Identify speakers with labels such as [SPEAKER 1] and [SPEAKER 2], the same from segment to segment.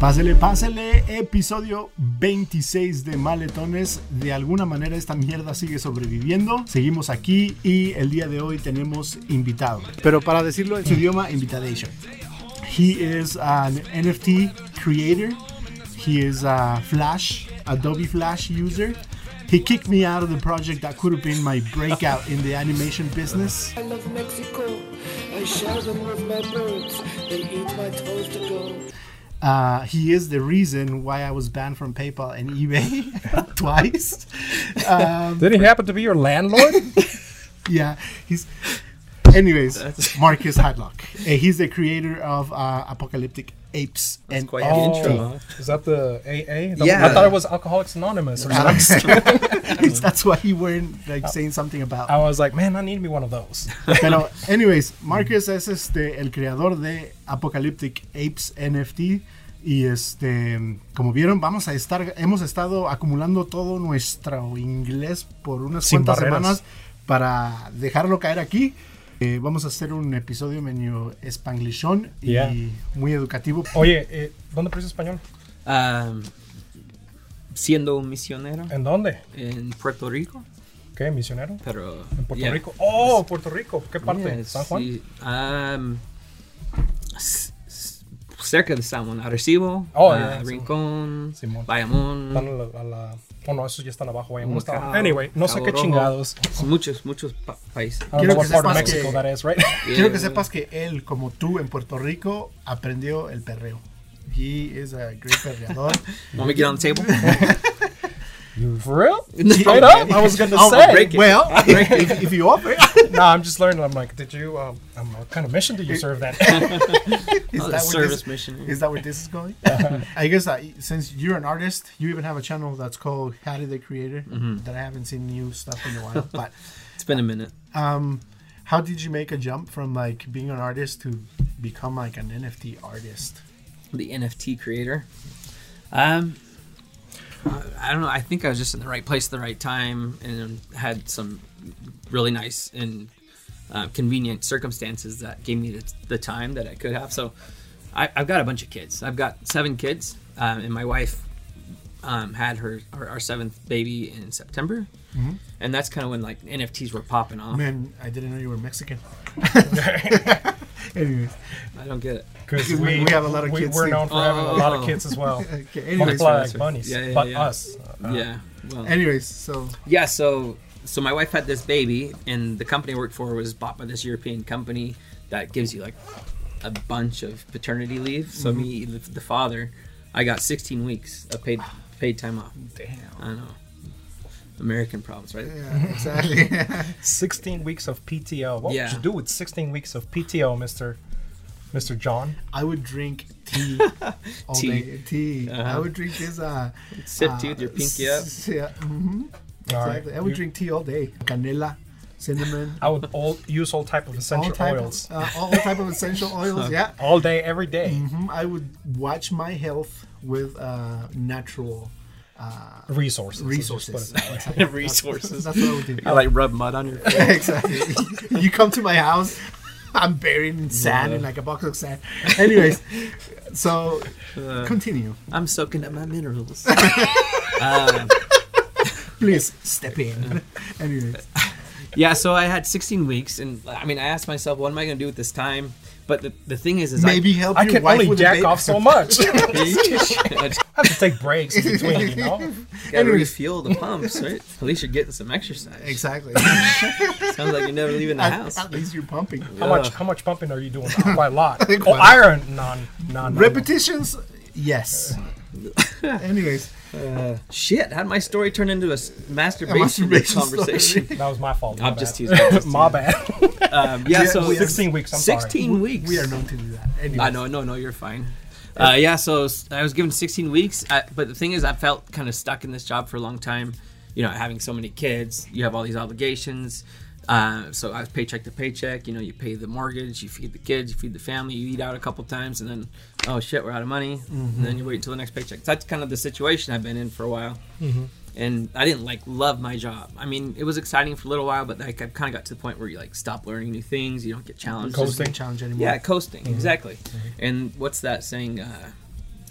[SPEAKER 1] Pásele, pásele, episodio 26 de Maletones. De alguna manera esta mierda sigue sobreviviendo. Seguimos aquí y el día de hoy tenemos invitado. Pero para decirlo en su idioma, invitation. He is an NFT creator. He is a Flash, Adobe Flash user. He kicked me out of the project that could have been my breakout in the animation business.
[SPEAKER 2] I love Mexico. I share them with my birds. They eat my toes to go.
[SPEAKER 1] Uh, he is the reason why I was banned from PayPal and eBay twice. Um,
[SPEAKER 3] Did he happen to be your landlord?
[SPEAKER 1] yeah, he's. Anyways, Marcus Hadlock. Uh, he's the creator of uh, Apocalyptic Apes and
[SPEAKER 4] quite
[SPEAKER 1] all
[SPEAKER 4] an intro, huh?
[SPEAKER 3] Is that the AA? The-
[SPEAKER 4] Yeah.
[SPEAKER 3] I thought it was Alcoholics Anonymous or something.
[SPEAKER 1] Alex. That's why you weren't like saying something about.
[SPEAKER 3] I was like, man, I need me one of those.
[SPEAKER 1] Pero, anyways, Marcus es este el creador de Apocalyptic Apes NFT. Y este, como vieron, vamos a estar, hemos estado acumulando todo nuestro inglés por unas
[SPEAKER 3] Sin
[SPEAKER 1] cuantas
[SPEAKER 3] barreras.
[SPEAKER 1] semanas para dejarlo caer aquí. Eh, vamos a hacer un episodio medio espanglishón y
[SPEAKER 3] Yeah.
[SPEAKER 1] muy educativo.
[SPEAKER 3] Oye, eh, ¿dónde precio español?
[SPEAKER 4] Ah, siendo un misionero
[SPEAKER 3] ¿En dónde?
[SPEAKER 4] en Puerto Rico,
[SPEAKER 3] ¿Qué? ¿Misionero?
[SPEAKER 4] pero...
[SPEAKER 3] ¿En Puerto
[SPEAKER 4] yeah.
[SPEAKER 3] Rico? ¡Oh, Puerto Rico! ¿Qué parte?
[SPEAKER 4] Yeah,
[SPEAKER 3] ¿San Juan?
[SPEAKER 4] sí. Am, s- s- cerca de San Juan, Arecibo,
[SPEAKER 3] Oh,
[SPEAKER 4] ah,
[SPEAKER 3] yeah, sí.
[SPEAKER 4] Rincón,
[SPEAKER 3] Simón.
[SPEAKER 4] Bayamón,
[SPEAKER 3] Están a la... a la- oh, no, esos ya están abajo.
[SPEAKER 1] Mm,
[SPEAKER 3] Ahí
[SPEAKER 4] Humacao,
[SPEAKER 3] estaba. Anyway, no sé
[SPEAKER 4] Cabo
[SPEAKER 3] qué
[SPEAKER 4] Rojo.
[SPEAKER 3] chingados.
[SPEAKER 4] muchos, muchos pa- países.
[SPEAKER 3] I don't
[SPEAKER 1] Quiero
[SPEAKER 3] know what
[SPEAKER 1] que
[SPEAKER 3] part of
[SPEAKER 1] sepas que-
[SPEAKER 3] Mexico that is, right?
[SPEAKER 1] Quiero
[SPEAKER 4] Yeah.
[SPEAKER 1] que sepas que él, como tú en Puerto Rico, aprendió el perreo. He is a great perreador.
[SPEAKER 4] Want me to get on the table?
[SPEAKER 3] For real?
[SPEAKER 4] No.
[SPEAKER 3] Straight up? I was gonna
[SPEAKER 1] Oh,
[SPEAKER 3] say.
[SPEAKER 4] break it.
[SPEAKER 1] well, if, if you offer,
[SPEAKER 3] No, I'm just learning. I'm like, did you? Um, um, what kind of mission did you serve that?
[SPEAKER 1] is
[SPEAKER 4] Oh, the
[SPEAKER 1] that what this-
[SPEAKER 4] service mission.
[SPEAKER 1] Is that where this is going? I guess that since you're an artist, you even have a channel that's called Hattie the Creator
[SPEAKER 4] Mm-hmm.
[SPEAKER 1] that I haven't seen new stuff in a while. but
[SPEAKER 4] It's been a minute.
[SPEAKER 1] um, how did you make a jump from like being an artist to become like an NFT artist?
[SPEAKER 4] the NFT creator. Um, I- I don't know. I think I was just in the right place at the right time and had some really nice and uh, convenient circumstances that gave me the, the time that I could have. So I, I've got a bunch of kids. I've got seven kids, um, and my wife um, had her our, our seventh baby in September. And that's kind of when like NFTs were popping off.
[SPEAKER 1] Man, I didn't know you were Mexican. Anyways,
[SPEAKER 4] I don't get it.
[SPEAKER 3] Because
[SPEAKER 1] we- we have a lot of
[SPEAKER 3] we,
[SPEAKER 1] kids
[SPEAKER 3] We're
[SPEAKER 1] too.
[SPEAKER 3] known for having a lot of
[SPEAKER 4] Oh.
[SPEAKER 3] kids as well.
[SPEAKER 1] okay.
[SPEAKER 3] Much
[SPEAKER 1] Anyways,
[SPEAKER 3] like
[SPEAKER 4] right.
[SPEAKER 3] bunnies,
[SPEAKER 4] Yeah, yeah,
[SPEAKER 3] but
[SPEAKER 4] yeah.
[SPEAKER 3] us. Uh,
[SPEAKER 4] yeah. Well,
[SPEAKER 1] anyways, so
[SPEAKER 4] yeah so so my wife had this baby and the company i worked for was bought by this european company that gives you like a bunch of paternity leave so
[SPEAKER 1] Mm-hmm.
[SPEAKER 4] me the, the father i got 16 weeks of paid paid time off
[SPEAKER 1] damn.
[SPEAKER 4] i don't know american problems right
[SPEAKER 1] Yeah, exactly.
[SPEAKER 3] 16 weeks of PTO. What
[SPEAKER 4] Yeah.
[SPEAKER 3] would you do with 16 weeks of PTO, Mister Mister John?
[SPEAKER 1] I would drink tea all
[SPEAKER 4] Tea.
[SPEAKER 1] day. Tea. I
[SPEAKER 4] Uh-huh.
[SPEAKER 1] would drink this. Uh,
[SPEAKER 4] sit
[SPEAKER 1] uh,
[SPEAKER 4] dude your pinky up
[SPEAKER 1] s- Yeah. mhm.
[SPEAKER 3] All right.
[SPEAKER 1] Exactly. I would
[SPEAKER 3] You-
[SPEAKER 1] drink tea all day. Canela, cinnamon,
[SPEAKER 3] I would all, use all type of
[SPEAKER 1] all
[SPEAKER 3] essential
[SPEAKER 1] type
[SPEAKER 3] oils
[SPEAKER 1] of uh, all type of essential oils. Yeah.
[SPEAKER 3] all day, every day.
[SPEAKER 1] Mhm. I would watch my health with uh, natural uh,
[SPEAKER 3] Resources. let's just put
[SPEAKER 1] resources.
[SPEAKER 3] it that way. Oh.
[SPEAKER 1] That's
[SPEAKER 4] resources
[SPEAKER 1] what I would do.
[SPEAKER 4] i like rub mud on your face
[SPEAKER 1] exactly. you come to my house, I'm buried in sand in like a box of sand. Anyways, so
[SPEAKER 3] Uh.
[SPEAKER 1] continue,
[SPEAKER 4] i'm soaking up my minerals Um,
[SPEAKER 1] please step in. Anyways,
[SPEAKER 4] yeah so i had 16 weeks and i mean i asked myself what am i going to do with this time but the, the thing is is
[SPEAKER 1] maybe help
[SPEAKER 3] I
[SPEAKER 1] your
[SPEAKER 3] can
[SPEAKER 1] wife
[SPEAKER 3] only
[SPEAKER 1] with a
[SPEAKER 3] jack
[SPEAKER 1] baby.
[SPEAKER 3] off so much. I
[SPEAKER 4] i
[SPEAKER 3] have to take breaks in between, you know.
[SPEAKER 4] Gotta
[SPEAKER 1] Anyways.
[SPEAKER 4] refuel the pumps, right? At least you're getting some exercise.
[SPEAKER 1] Exactly.
[SPEAKER 4] Sounds like you're never leaving the
[SPEAKER 1] at,
[SPEAKER 4] house.
[SPEAKER 1] at least you're pumping.
[SPEAKER 3] How much? How much pumping are you doing? Quite a lot.
[SPEAKER 1] Quite a
[SPEAKER 3] Oh,
[SPEAKER 1] lot.
[SPEAKER 3] iron, non, non.
[SPEAKER 1] Repetitions, yes. Anyways,
[SPEAKER 4] Shit, how'd my story turn into a s- masturbation,
[SPEAKER 1] masturbation
[SPEAKER 4] conversation?
[SPEAKER 3] That was my fault. my
[SPEAKER 4] I'm just
[SPEAKER 3] bad.
[SPEAKER 4] teasing. I'm just
[SPEAKER 3] My bad.
[SPEAKER 4] Um, yeah, so
[SPEAKER 3] we are- 16 weeks, I'm sorry.
[SPEAKER 4] 16 weeks.
[SPEAKER 1] we are known to do that. Anyways,
[SPEAKER 4] I know, no, no, you're fine. Uh, yeah, so s- I was given 16 weeks, I, but the thing is, I felt kind of stuck in this job for a long time. You know, having so many kids, you have all these obligations. Uh, so I was paycheck to paycheck. You know, you pay the mortgage, you feed the kids, you feed the family, you eat out a couple times, and then oh shit, we're out of money. And then you wait until the next paycheck. That's kind of the situation I've been in for a while. And I didn't like love my job. I mean, it was exciting for a little while, but like I kind of got to the point where you like stop learning new things. You don't get challenged.
[SPEAKER 1] This isn't a challenge anymore.
[SPEAKER 4] Yeah, coasting exactly. And what's that saying? Uh,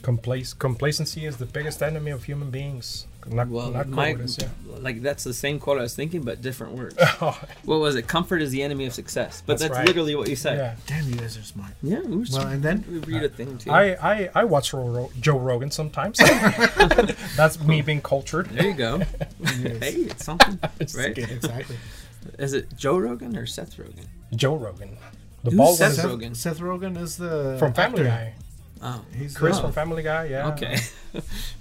[SPEAKER 3] Complac- complacency is the biggest enemy of human beings. Not,
[SPEAKER 4] Well,
[SPEAKER 3] not
[SPEAKER 4] my,
[SPEAKER 3] cowardice, yeah.
[SPEAKER 4] like that's the same quote I was thinking, but different words.
[SPEAKER 3] Oh,
[SPEAKER 4] what was it? Comfort is the enemy of success. But
[SPEAKER 3] That's
[SPEAKER 4] that's,
[SPEAKER 3] right.
[SPEAKER 4] literally what you said.
[SPEAKER 3] yeah.
[SPEAKER 1] Damn, you guys are smart.
[SPEAKER 4] Yeah, we were just-
[SPEAKER 1] Well, and then?
[SPEAKER 4] we read a thing too.
[SPEAKER 3] I, I, I watch Ro- Ro- Joe Rogan sometimes. That's me being cultured.
[SPEAKER 4] there you go. hey, it's something, right?
[SPEAKER 1] Exactly.
[SPEAKER 4] Is it Joe Rogan or Seth Rogan?
[SPEAKER 3] Joe Rogan. The
[SPEAKER 4] Who's
[SPEAKER 3] bald one is
[SPEAKER 4] Seth
[SPEAKER 1] Seth
[SPEAKER 4] Rogen.
[SPEAKER 1] Rogen. Seth Rogen is the
[SPEAKER 3] from Family
[SPEAKER 1] actor.
[SPEAKER 3] Guy.
[SPEAKER 4] Oh,
[SPEAKER 1] He's the-
[SPEAKER 3] Chris
[SPEAKER 4] Oh.
[SPEAKER 3] from Family Guy, yeah.
[SPEAKER 4] okay.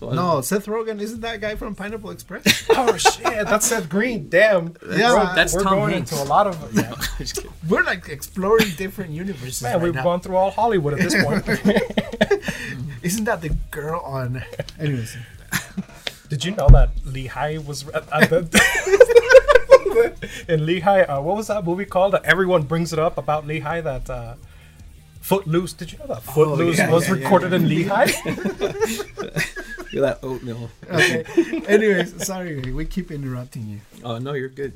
[SPEAKER 4] Well,
[SPEAKER 1] No, Seth Rogen isn't that guy from Pineapple Express?
[SPEAKER 3] Oh shit, that's Seth Green. Damn.
[SPEAKER 1] Yeah.
[SPEAKER 3] we're,
[SPEAKER 4] That's
[SPEAKER 3] we're
[SPEAKER 4] Tom
[SPEAKER 3] going
[SPEAKER 4] Hanks.
[SPEAKER 3] into a lot of yeah.
[SPEAKER 4] I'm just kidding.
[SPEAKER 1] We're like exploring different universes.
[SPEAKER 3] man.
[SPEAKER 1] right
[SPEAKER 3] we've
[SPEAKER 1] now.
[SPEAKER 3] gone through all Hollywood at this point.
[SPEAKER 1] Isn't that the girl on? Anyways,
[SPEAKER 3] Did you know that Lehigh was at, at the in Lehigh? Uh, what was that movie called? That everyone brings it up about Lehigh. That uh, Footloose. Did you know that Footloose
[SPEAKER 1] Oh, yeah,
[SPEAKER 3] was
[SPEAKER 1] yeah, yeah,
[SPEAKER 3] recorded in Lehigh?
[SPEAKER 4] You're that oatmeal.
[SPEAKER 1] okay. Anyways, sorry, we keep interrupting you.
[SPEAKER 4] Oh no, you're good.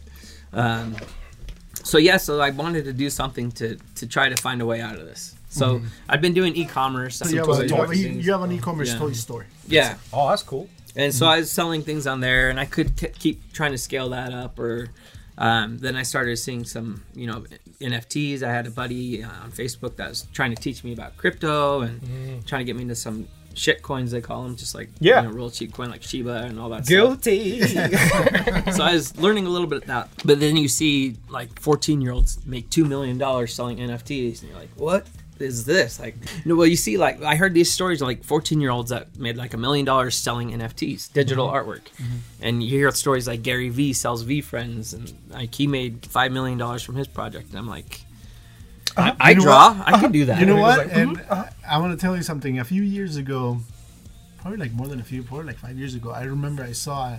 [SPEAKER 4] Um, so yeah, so I wanted to do something to to try to find a way out of this. So I've been doing e-commerce.
[SPEAKER 1] Mm-hmm. So
[SPEAKER 4] some
[SPEAKER 1] you have, a,
[SPEAKER 4] toy
[SPEAKER 1] you have a-
[SPEAKER 4] things.
[SPEAKER 1] you have an e-commerce Mm-hmm.
[SPEAKER 4] Yeah.
[SPEAKER 1] toy store.
[SPEAKER 4] yeah,
[SPEAKER 3] oh, that's cool.
[SPEAKER 4] and so I was selling things on there, and I could t- keep trying to scale that up. Or um, then I started seeing some, you know, NFTs. I had a buddy uh, on Facebook that was trying to teach me about crypto and
[SPEAKER 1] Mm-hmm.
[SPEAKER 4] trying to get me into some shit coins. They call them just like
[SPEAKER 3] Yeah.
[SPEAKER 4] you know, real cheap coin like Shiba and all that. stuff
[SPEAKER 3] Guilty.
[SPEAKER 4] so I was learning a little bit of that. But then you see like 14 year olds make $2 million selling NFTs, and you're like, what is this? Like, no, well, you see, like, I heard these stories of like 14 year olds that made like a million dollars selling NFTs, digital artwork. And you hear stories like Gary Vee sells V Friends, and like he made $5 million from his project. And I'm like, I, I
[SPEAKER 1] Uh, you know
[SPEAKER 4] draw, I can do that.
[SPEAKER 1] You know
[SPEAKER 3] Everybody's
[SPEAKER 1] what?
[SPEAKER 3] like,
[SPEAKER 1] and I want to tell you something. A few years ago, probably like more than a few, probably like five years ago, I remember I saw,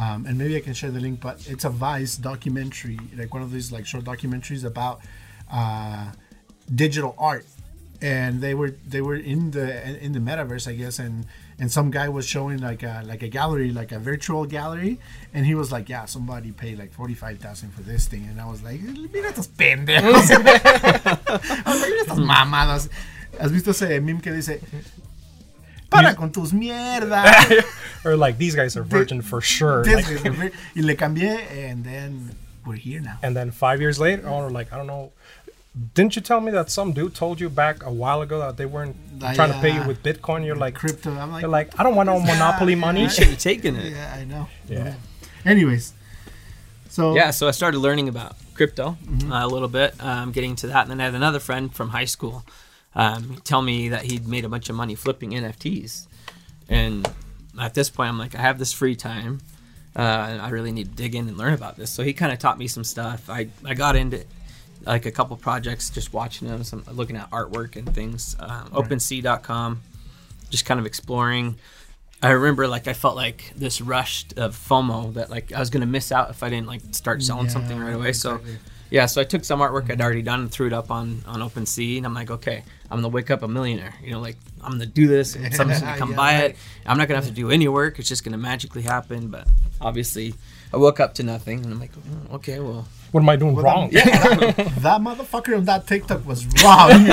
[SPEAKER 1] um, and maybe I can share the link, but it's a Vice documentary, like one of these like short documentaries about uh, digital art, and they were they were in the in the metaverse, I guess, and and some guy was showing like a like a gallery, like a virtual gallery, and he was like, yeah, somebody paid like forty five thousand for this thing, and I was like, mira estos pendejos. Ay, mira estas mamadas. ¿Has visto ese meme que dice? Para con tus mierdas.
[SPEAKER 3] or like these guys are virgin for sure. Like,
[SPEAKER 1] y le cambié, and then we're here now.
[SPEAKER 3] and then five years later, or like I don't know. Didn't you tell me that some dude told you back a while ago that they weren't
[SPEAKER 1] Ah,
[SPEAKER 3] trying to pay you
[SPEAKER 1] yeah.
[SPEAKER 3] with Bitcoin? You're like,
[SPEAKER 1] Crypto. I'm like,
[SPEAKER 3] you're like, I don't want no monopoly
[SPEAKER 1] Yeah,
[SPEAKER 3] money.
[SPEAKER 4] you should have taken it.
[SPEAKER 1] yeah, I know.
[SPEAKER 3] Yeah.
[SPEAKER 1] Anyways, so
[SPEAKER 4] yeah so i started learning about crypto uh, a little bit um, getting to that and then i had another friend from high school um, tell me that he'd made a bunch of money flipping nfts and at this point i'm like i have this free time uh, and i really need to dig in and learn about this so he kind of taught me some stuff I, I got into like a couple projects just watching them some looking at artwork and things um, opensea.com just kind of exploring I remember like I felt like this rush of FOMO that like I was gonna miss out if I didn't like start selling
[SPEAKER 1] Yeah,
[SPEAKER 4] something right away. So
[SPEAKER 1] exactly.
[SPEAKER 4] yeah, so I took some artwork I'd already done and threw it up on on OpenSea, and I'm like, okay, I'm gonna wake up a millionaire. You know, like I'm gonna do this, and someone's gonna come
[SPEAKER 1] Yeah,
[SPEAKER 4] buy
[SPEAKER 1] right.
[SPEAKER 4] it. I'm not gonna have to do any work. It's just gonna magically happen. But obviously, I woke up to nothing, and I'm like, "Mm, okay, well,
[SPEAKER 3] What am I doing wrong?
[SPEAKER 1] That, that motherfucker on that TikTok was wrong.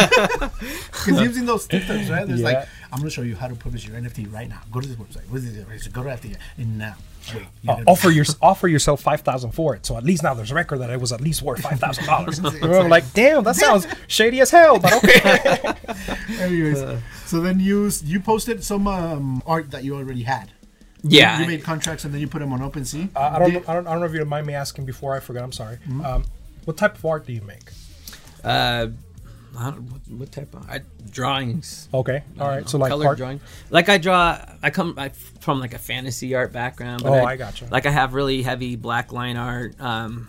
[SPEAKER 1] Because you've seen those TikToks, right? There's like,
[SPEAKER 3] Yeah.
[SPEAKER 1] I'm going to show you how to publish your NFT right now. Go to this website. What is this website? Go to NFT and now. Wait, you're
[SPEAKER 3] Uh,
[SPEAKER 1] gonna-
[SPEAKER 3] offer your offer yourself five thousand for it. So at least now there's a record that it was at least worth five thousand dollars. We're like, damn, that sounds shady as hell, but okay.
[SPEAKER 1] Anyways, so then you s- you posted some um, art that you already had.
[SPEAKER 4] yeah,
[SPEAKER 1] You made contracts and then you put them on OpenSea.
[SPEAKER 3] Uh, I, don't,
[SPEAKER 1] Did-
[SPEAKER 3] know- I don't. I don't know if you mind me asking before I forget. I'm sorry.
[SPEAKER 1] Mm-hmm.
[SPEAKER 3] Um, what type of art do you make?
[SPEAKER 4] uh, I don't, what, what type of I, drawings?
[SPEAKER 3] Okay, all right. So like
[SPEAKER 4] color
[SPEAKER 3] art.
[SPEAKER 4] drawing. Like I draw, I come I, from like a fantasy art background. But
[SPEAKER 3] Oh,
[SPEAKER 4] I,
[SPEAKER 3] I gotcha.
[SPEAKER 4] Like I have really heavy black line art. Um,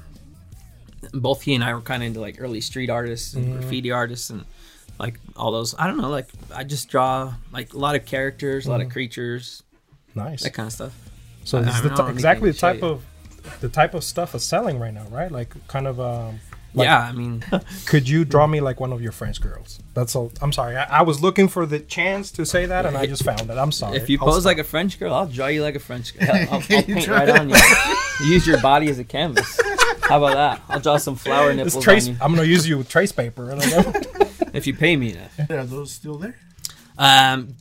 [SPEAKER 4] both he and I were kind of into like early street artists and
[SPEAKER 3] Mm-hmm.
[SPEAKER 4] graffiti artists and like all those. I don't know. Like I just draw like a lot of characters, a lot of
[SPEAKER 3] Mm-hmm.
[SPEAKER 4] creatures,
[SPEAKER 3] Nice.
[SPEAKER 4] that kind of stuff.
[SPEAKER 3] So this
[SPEAKER 4] I
[SPEAKER 3] is the
[SPEAKER 4] don't
[SPEAKER 3] t-
[SPEAKER 4] know
[SPEAKER 3] exactly the type
[SPEAKER 4] anything to show
[SPEAKER 3] of the type of stuff that's selling right now, right? Like kind of. Um, like,
[SPEAKER 4] yeah, I mean,
[SPEAKER 3] Could you draw me like one of your French girls? That's all. I'm sorry. I, I was looking for the chance to say that, and I just found it. I'm sorry.
[SPEAKER 4] if you
[SPEAKER 3] I'll
[SPEAKER 4] pose
[SPEAKER 3] stop.
[SPEAKER 4] like a French girl, I'll draw you like a French girl. I'll, I'll, I'll
[SPEAKER 1] Can you
[SPEAKER 4] paint
[SPEAKER 1] try
[SPEAKER 4] right on you. Use your body as a canvas. How about that? I'll draw some flower
[SPEAKER 3] This
[SPEAKER 4] nipples
[SPEAKER 3] trace,
[SPEAKER 4] on you
[SPEAKER 3] I'm gonna use you with trace paper. I don't know.
[SPEAKER 4] if you pay me enough.
[SPEAKER 1] Are those still there?
[SPEAKER 4] Um,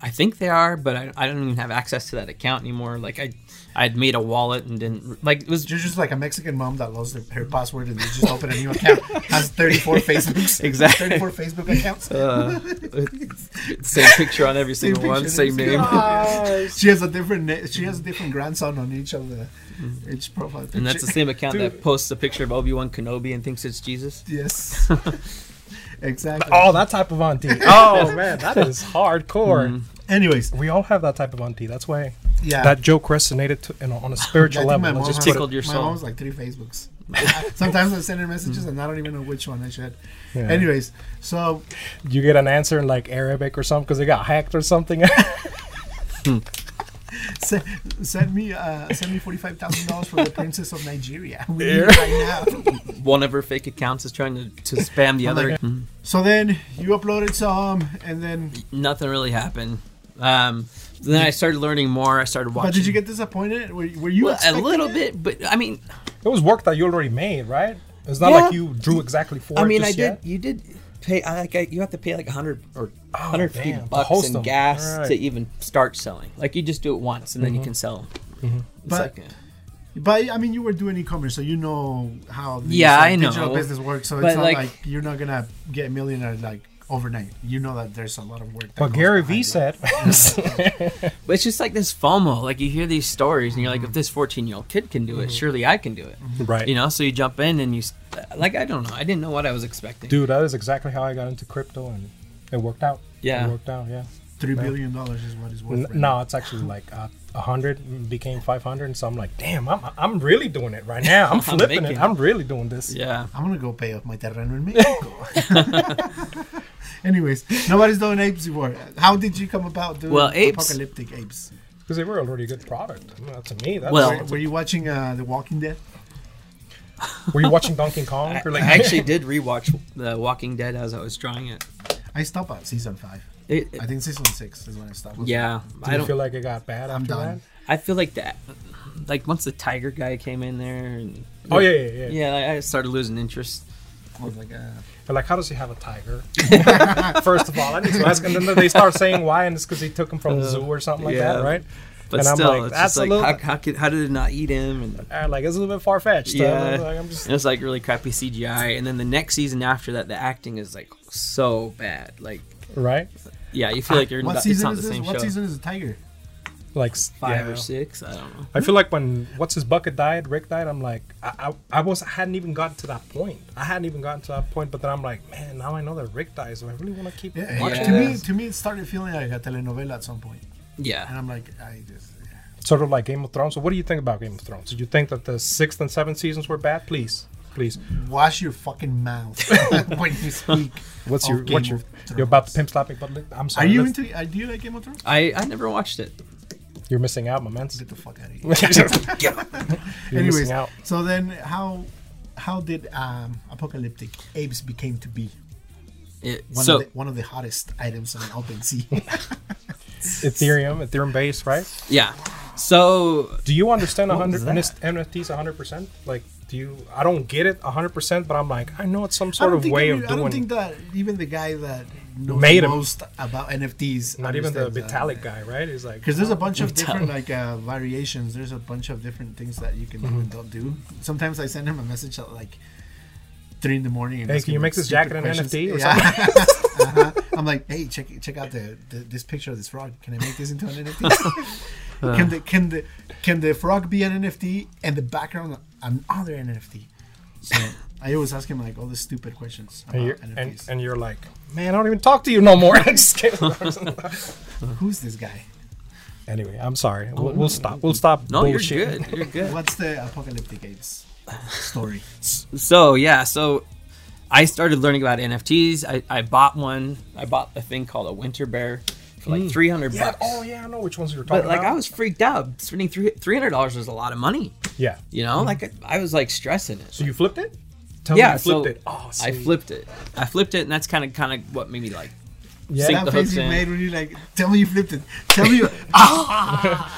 [SPEAKER 4] I think they are, but I, I don't even have access to that account anymore. Like I, I'd made a wallet and didn't like it was
[SPEAKER 1] You're just like a Mexican mom that lost her- her password and they just open a new account. Has 34 Facebooks.
[SPEAKER 4] Exactly.
[SPEAKER 1] 34 Facebook accounts.
[SPEAKER 4] uh, same picture on every single
[SPEAKER 1] Same
[SPEAKER 4] one,
[SPEAKER 1] picture,
[SPEAKER 4] same
[SPEAKER 1] same
[SPEAKER 4] name.
[SPEAKER 1] she has a different. na- She has a different grandson on each of the each profile.
[SPEAKER 4] Mm-hmm. And that's the
[SPEAKER 1] picture.
[SPEAKER 4] same account that posts a picture of Obi Wan Kenobi and thinks it's Jesus.
[SPEAKER 1] Yes. exactly.
[SPEAKER 3] Oh, that type of auntie. Oh man, that is hardcore.
[SPEAKER 4] Mm.
[SPEAKER 1] Anyways,
[SPEAKER 3] We all have that type of auntie. That's why
[SPEAKER 1] yeah.
[SPEAKER 3] that joke resonated to, you know, on a
[SPEAKER 1] Yeah, I
[SPEAKER 3] spiritual
[SPEAKER 1] think
[SPEAKER 3] level. Let's
[SPEAKER 1] has-
[SPEAKER 3] just put it-
[SPEAKER 4] tickled your
[SPEAKER 1] my
[SPEAKER 4] soul.
[SPEAKER 1] mom's like three Facebooks. Sometimes I send her messages and I don't even know which one I should.
[SPEAKER 3] Yeah.
[SPEAKER 1] Anyways, so
[SPEAKER 3] you get an answer in like Arabic or something because they got hacked or something.
[SPEAKER 1] se- send me uh, send me forty five thousand dollars for the princess of Nigeria. We need
[SPEAKER 3] Yeah.
[SPEAKER 1] it right now.
[SPEAKER 4] One of her fake accounts is trying to, to spam the
[SPEAKER 1] I'm
[SPEAKER 4] other.
[SPEAKER 1] like- So then you uploaded some, and then
[SPEAKER 4] Nothing really happened. Um, then I started learning more. I started watching.
[SPEAKER 1] but did you get disappointed? Were, were you
[SPEAKER 4] Well, a
[SPEAKER 1] expecting
[SPEAKER 4] little
[SPEAKER 1] it?
[SPEAKER 4] bit? But I mean,
[SPEAKER 3] it was work that you already made, right? It's not
[SPEAKER 4] Yeah.
[SPEAKER 3] like you drew exactly for
[SPEAKER 4] I
[SPEAKER 3] it
[SPEAKER 4] mean, I
[SPEAKER 3] just
[SPEAKER 4] did.
[SPEAKER 3] yet. Oh,
[SPEAKER 4] You did pay. I like. I, you have to pay like hundred or hundred fifty
[SPEAKER 3] damn, to
[SPEAKER 4] bucks
[SPEAKER 3] host
[SPEAKER 4] in
[SPEAKER 3] them.
[SPEAKER 4] gas
[SPEAKER 3] Alright. Mm-hmm.
[SPEAKER 4] to even start selling. Like you just do it once and then you can sell. It's
[SPEAKER 1] But-
[SPEAKER 4] like, uh,
[SPEAKER 1] But I mean, you were doing e-commerce, so you know how the
[SPEAKER 4] Yeah, I know.
[SPEAKER 1] digital business works. So
[SPEAKER 4] But,
[SPEAKER 1] it's not
[SPEAKER 4] like-
[SPEAKER 1] like, you're not gonna get a millionaire like overnight. You know that there's a lot of work. That
[SPEAKER 3] But
[SPEAKER 1] goes
[SPEAKER 3] Gary
[SPEAKER 1] behind
[SPEAKER 3] Vee
[SPEAKER 1] it.
[SPEAKER 3] said,
[SPEAKER 4] but it's just like this FOMO. Like you hear these stories and you're like, if this fourteen year old kid can do it, surely I can do it.
[SPEAKER 3] Mm-hmm. right,
[SPEAKER 4] You know. So you jump in and you s- like. I don't know. I didn't know what I was expecting.
[SPEAKER 3] dude, that is exactly how I got into crypto and it worked out.
[SPEAKER 4] Yeah.
[SPEAKER 3] it worked out. Yeah.
[SPEAKER 1] three billion dollars is what is worth.
[SPEAKER 3] N-
[SPEAKER 1] right now.
[SPEAKER 3] no, it's actually like a hundred became five hundred, so I'm like, damn, I'm I'm really doing it right now. I'm flipping
[SPEAKER 4] making
[SPEAKER 3] it.
[SPEAKER 4] it.
[SPEAKER 3] I'm really doing this.
[SPEAKER 4] Yeah.
[SPEAKER 1] I'm gonna go pay off my terreno in Mexico. Anyways, nobody's doing apes before. How did you come about doing
[SPEAKER 4] Well, apes-
[SPEAKER 1] apocalyptic apes?
[SPEAKER 3] because they were already a good product. I mean, to me, that's
[SPEAKER 4] Well-
[SPEAKER 1] Were, were you watching uh, The Walking Dead?
[SPEAKER 3] were you watching Donkey Kong?
[SPEAKER 4] I,
[SPEAKER 3] Or
[SPEAKER 4] I
[SPEAKER 3] like,
[SPEAKER 4] actually did rewatch The Walking Dead as I was drawing it.
[SPEAKER 1] I stopped at season five.
[SPEAKER 4] It-
[SPEAKER 1] I think season six is when I stopped.
[SPEAKER 4] yeah,
[SPEAKER 3] do
[SPEAKER 4] I
[SPEAKER 3] you
[SPEAKER 4] don't.
[SPEAKER 3] feel like it got bad
[SPEAKER 1] I'm
[SPEAKER 3] after that?
[SPEAKER 1] done.
[SPEAKER 4] I feel like that. Like once the tiger guy came in there, and
[SPEAKER 3] Oh yeah, yeah, yeah.
[SPEAKER 4] yeah, I I started losing interest.
[SPEAKER 1] I was like, uh,
[SPEAKER 3] But like, how does he have a tiger? First of all, I need to ask, and then they start saying why, and it's because he took him from the zoo or something like
[SPEAKER 4] Uh, yeah.
[SPEAKER 3] that, right?
[SPEAKER 4] But
[SPEAKER 3] And I'm
[SPEAKER 4] still,
[SPEAKER 3] like,
[SPEAKER 4] it's
[SPEAKER 3] that's
[SPEAKER 4] just
[SPEAKER 3] a
[SPEAKER 4] like
[SPEAKER 3] little-
[SPEAKER 4] how, how, could, how did it not eat him? And
[SPEAKER 3] Uh, like it's a little bit far fetched.
[SPEAKER 4] Yeah.
[SPEAKER 3] like, I'm just
[SPEAKER 4] it was like really crappy CGI. And then the next season after that, the acting is like so bad. Like,
[SPEAKER 3] right,
[SPEAKER 4] yeah, you feel like you're
[SPEAKER 1] what
[SPEAKER 4] not, it's
[SPEAKER 1] season
[SPEAKER 4] not the
[SPEAKER 1] is this?
[SPEAKER 4] same
[SPEAKER 1] What
[SPEAKER 4] show.
[SPEAKER 1] season is the tiger?
[SPEAKER 3] like s-
[SPEAKER 4] Five
[SPEAKER 3] yeah.
[SPEAKER 4] or six, I don't know.
[SPEAKER 3] I feel like when what's his bucket died, Rick died. I'm like, I, I, I was I hadn't even gotten to that point. I hadn't even gotten to that point. But then I'm like, man, now I know that Rick dies. Do I really want to keep
[SPEAKER 1] Yeah,
[SPEAKER 3] watching
[SPEAKER 1] To me,
[SPEAKER 3] this?
[SPEAKER 1] to me, it started feeling like a telenovela at some point, and
[SPEAKER 4] Yeah,
[SPEAKER 1] I'm like, I just.
[SPEAKER 3] Sort of like Game of Thrones. So what do you think about Game of Thrones? Did you think that the sixth and seventh seasons were bad? Please, please.
[SPEAKER 1] Wash your fucking mouth when you speak.
[SPEAKER 3] What's
[SPEAKER 1] of
[SPEAKER 3] your
[SPEAKER 1] Game
[SPEAKER 3] what's your
[SPEAKER 1] of
[SPEAKER 3] you're about to
[SPEAKER 1] Thrones.
[SPEAKER 3] pimp slap me? But look, I'm
[SPEAKER 1] Are
[SPEAKER 3] sorry.
[SPEAKER 1] you
[SPEAKER 3] let's-
[SPEAKER 1] into? Are, do you like Game of Thrones?
[SPEAKER 4] I, I never watched it.
[SPEAKER 3] You're missing out, my man.
[SPEAKER 1] Get the fuck out of here.
[SPEAKER 3] You're
[SPEAKER 1] Anyways,
[SPEAKER 3] missing out.
[SPEAKER 1] so then how how did um, apocalyptic apes became to be
[SPEAKER 4] It-
[SPEAKER 1] one
[SPEAKER 4] so
[SPEAKER 1] of the, one of the hottest items on OpenSea?
[SPEAKER 3] Ethereum, Ethereum base, right?
[SPEAKER 4] yeah, so
[SPEAKER 3] Do you understand
[SPEAKER 4] What was
[SPEAKER 3] 100 NFTs 100%? Like, do you? I don't get it 100%, but I'm like, I know it's some
[SPEAKER 1] I
[SPEAKER 3] sort
[SPEAKER 1] don't
[SPEAKER 3] of
[SPEAKER 1] think
[SPEAKER 3] way
[SPEAKER 1] every-
[SPEAKER 3] of
[SPEAKER 1] I don't
[SPEAKER 3] doing.
[SPEAKER 1] think that even the guy that knows
[SPEAKER 3] Made
[SPEAKER 1] the
[SPEAKER 3] 'em.
[SPEAKER 1] most about NFTs,
[SPEAKER 3] not even the Vitalik guy, right? He's like,
[SPEAKER 1] Because there's a bunch of
[SPEAKER 4] Vitalik.
[SPEAKER 1] different like uh, variations. There's a bunch of different things that you
[SPEAKER 3] Mm-hmm.
[SPEAKER 1] can do and don't do. Sometimes I send him a message at like three in the morning. And
[SPEAKER 3] Hey,
[SPEAKER 1] ask
[SPEAKER 3] can
[SPEAKER 1] him,
[SPEAKER 3] you
[SPEAKER 1] like,
[SPEAKER 3] make this
[SPEAKER 1] stupid
[SPEAKER 3] jacket an
[SPEAKER 1] questions.
[SPEAKER 3] NFT or
[SPEAKER 1] uh-huh. I'm like, hey, check check out the, the this picture of this frog. Can I make this into an NFT?
[SPEAKER 3] Uh.
[SPEAKER 1] can the can the can the frog be an NFT and the background another NFT? So I always ask him like all the stupid questions about
[SPEAKER 3] and you're,
[SPEAKER 1] NFTs.
[SPEAKER 3] and, and you're like, man, I don't even talk to you no more. I just can't-
[SPEAKER 1] Who's this guy?
[SPEAKER 3] anyway, I'm sorry. We'll, we'll stop. We'll stop.
[SPEAKER 4] Oh, no, you're
[SPEAKER 3] bullshitting.
[SPEAKER 4] good. You're good.
[SPEAKER 1] What's the apocalyptic apes story?
[SPEAKER 4] so yeah so i started learning about nfts i, I bought one i bought a thing called a winter bear for
[SPEAKER 1] Hmm.
[SPEAKER 4] like 300
[SPEAKER 3] Yeah.
[SPEAKER 4] bucks
[SPEAKER 3] Oh, yeah. I know which ones you were talking
[SPEAKER 4] but like
[SPEAKER 3] about.
[SPEAKER 4] i was freaked out spending three, 300 dollars was a lot of money
[SPEAKER 3] Yeah.
[SPEAKER 4] you know like I, I was like stressing it
[SPEAKER 3] So you flipped it? Tell
[SPEAKER 4] yeah
[SPEAKER 3] me you flipped
[SPEAKER 4] so
[SPEAKER 3] it. Oh,
[SPEAKER 4] i
[SPEAKER 3] sweet.
[SPEAKER 4] flipped it i flipped it and that's kind of kind of what made me like
[SPEAKER 3] Yeah.
[SPEAKER 4] sink
[SPEAKER 1] That
[SPEAKER 4] the
[SPEAKER 1] face
[SPEAKER 4] hooks
[SPEAKER 1] you
[SPEAKER 4] in
[SPEAKER 1] made when you like, tell me you flipped it. Tell me you. Ah!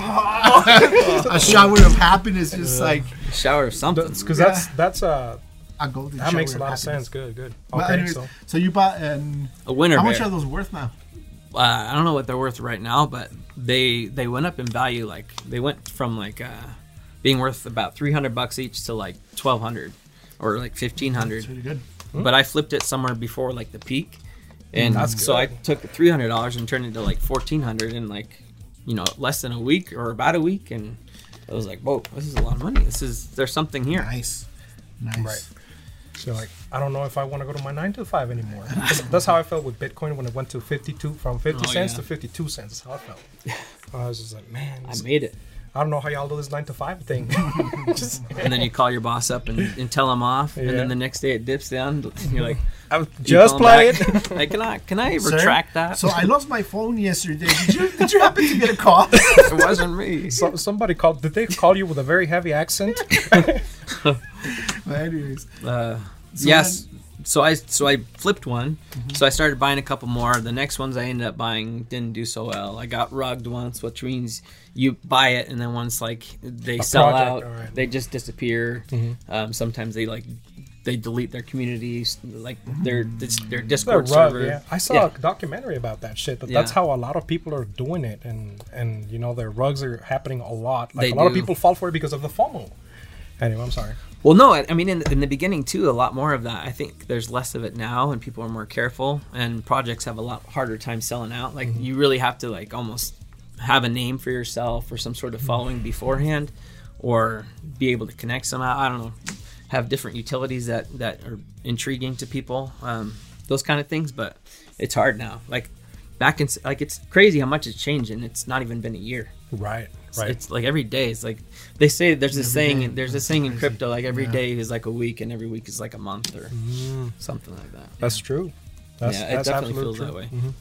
[SPEAKER 1] Ah! a shower of happiness, just like
[SPEAKER 4] shower of something
[SPEAKER 3] That's because
[SPEAKER 1] Yeah.
[SPEAKER 3] that's that's uh
[SPEAKER 1] a golden
[SPEAKER 3] that
[SPEAKER 1] shower
[SPEAKER 3] makes a lot of
[SPEAKER 1] happiness.
[SPEAKER 3] sense. Good, good.
[SPEAKER 1] But
[SPEAKER 3] Okay,
[SPEAKER 1] anyways, so.
[SPEAKER 3] so
[SPEAKER 1] you bought. Um,
[SPEAKER 4] a winter
[SPEAKER 1] how
[SPEAKER 4] bear
[SPEAKER 1] much are those worth now?
[SPEAKER 4] uh, I don't know what they're worth right now, but they they went up in value. Like they went from like uh, being worth about three hundred bucks each to like twelve hundred or like fifteen hundred.
[SPEAKER 1] Pretty good.
[SPEAKER 4] But I flipped it somewhere before like the peak, and so I took three hundred dollars and turned it to like fourteen hundred in like you know less than a week or about a week, and I was like, whoa, this is a lot of money. This is there's something here.
[SPEAKER 1] Nice. Nice.
[SPEAKER 3] Right. So like, I don't know if I want to go to my nine to five anymore. That's- That's how I felt with Bitcoin when it went to fifty-two from fifty
[SPEAKER 4] Oh,
[SPEAKER 3] cents
[SPEAKER 4] yeah.
[SPEAKER 3] to fifty-two cents. That's how I felt. I was just like, man,
[SPEAKER 4] I
[SPEAKER 3] this-
[SPEAKER 4] made it.
[SPEAKER 3] I don't know how y'all do this nine to five thing. Just-
[SPEAKER 4] And then you call your boss up and, and tell him off, and
[SPEAKER 3] Yeah.
[SPEAKER 4] then the next day it dips down. And you're like, I was
[SPEAKER 3] just playing.
[SPEAKER 4] like, can I can I
[SPEAKER 1] Sir?
[SPEAKER 4] retract that?
[SPEAKER 1] So I lost my phone yesterday. Did you, did you happen to get a call?
[SPEAKER 4] it wasn't me.
[SPEAKER 3] So- somebody called. Did they call you with a very heavy accent?
[SPEAKER 1] But anyways,
[SPEAKER 4] Uh, yes. so I so I flipped one.
[SPEAKER 3] Mm-hmm.
[SPEAKER 4] So I started buying a couple more. The next ones I ended up buying didn't do so well. I got rugged once, which means you buy it and then once like they sell
[SPEAKER 3] project,
[SPEAKER 4] out,
[SPEAKER 3] alright. Mm-hmm.
[SPEAKER 4] they just disappear. Um, sometimes they like they delete their communities, like their dis- their
[SPEAKER 3] Mm-hmm. They're
[SPEAKER 4] Discord
[SPEAKER 3] rough,
[SPEAKER 4] server.
[SPEAKER 3] yeah. I saw
[SPEAKER 4] Yeah.
[SPEAKER 3] a documentary about that shit. That That's
[SPEAKER 4] Yeah.
[SPEAKER 3] how a lot of people are doing it, and and you know their rugs are happening a lot. Like
[SPEAKER 4] They
[SPEAKER 3] a lot of
[SPEAKER 4] do.
[SPEAKER 3] people fall for it because of the FOMO. Anyway, I'm sorry.
[SPEAKER 4] Well, no, I I mean, in, in the beginning too, a lot more of that. I think there's less of it now, and people are more careful, and projects have a lot harder time selling out. Like you really have to like almost have a name for yourself or some sort of following beforehand, or be able to connect somehow. I don't know, have different utilities that that are intriguing to people, um, those kind of things. But it's hard now. Like back in s- like it's crazy how much it's changed, and it's not even been a year.
[SPEAKER 3] Right,
[SPEAKER 4] It's- It's like every day. It's like they say there's this saying. There's this saying in crypto. Like every day is like a week, and every week is like a month or something like that.
[SPEAKER 3] that's true. Mm-hmm. That's,
[SPEAKER 4] yeah,
[SPEAKER 3] that's
[SPEAKER 4] it definitely
[SPEAKER 3] absolute
[SPEAKER 4] feels
[SPEAKER 3] truth. Mm-hmm.
[SPEAKER 4] that way.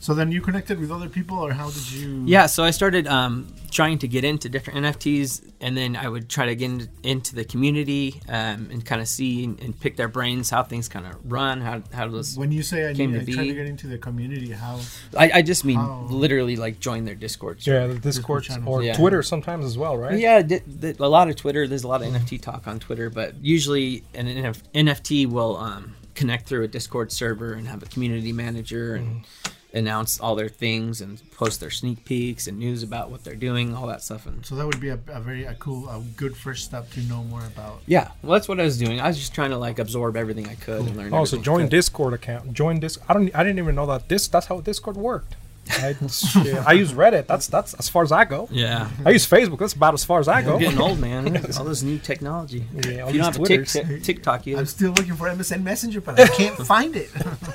[SPEAKER 1] so then you connected with other people, or how did you?
[SPEAKER 4] Yeah, so I started um, trying to get into different NFTs, and then I would try to get in- into the community um, and kind of see and, and pick their brains how things kind of run, how how those.
[SPEAKER 1] When you say I,
[SPEAKER 4] Came
[SPEAKER 1] need,
[SPEAKER 4] to
[SPEAKER 1] I try
[SPEAKER 4] be.
[SPEAKER 1] to get into the community, how?
[SPEAKER 4] I, I just mean
[SPEAKER 1] Oh.
[SPEAKER 4] literally like join their Discord. server.
[SPEAKER 3] Yeah, the Discord
[SPEAKER 1] channels.
[SPEAKER 3] or
[SPEAKER 4] Yeah.
[SPEAKER 3] Twitter sometimes as well, right?
[SPEAKER 4] Yeah, di- di- a lot of Twitter. There's a lot of NFT talk on Twitter, but usually an NF- NFT will um, connect through a Discord server and have a community manager and
[SPEAKER 3] Mm-hmm.
[SPEAKER 4] announce all their things and post their sneak peeks and news about what they're doing, all that stuff. And
[SPEAKER 1] So that would be a, a very a cool, a good first step to know more about.
[SPEAKER 4] yeah, well, that's what I was doing. I was just trying to like absorb everything I could and learn.
[SPEAKER 3] Oh, so
[SPEAKER 4] everything I
[SPEAKER 3] join
[SPEAKER 4] could.
[SPEAKER 3] Discord account. Join this. I don't. I didn't even know that. This. That's how Discord worked. I, yeah, I use Reddit. That's that's as far as I go.
[SPEAKER 4] Yeah,
[SPEAKER 3] I use Facebook. That's about as far as I
[SPEAKER 4] I'm
[SPEAKER 3] go.
[SPEAKER 4] getting old, man. All this new technology.
[SPEAKER 3] Oh. Yeah, all
[SPEAKER 4] if
[SPEAKER 3] these
[SPEAKER 4] you don't have a
[SPEAKER 3] Twitters.
[SPEAKER 4] tick- TikTok, you
[SPEAKER 1] I'm still looking for MSN Messenger, but I can't find it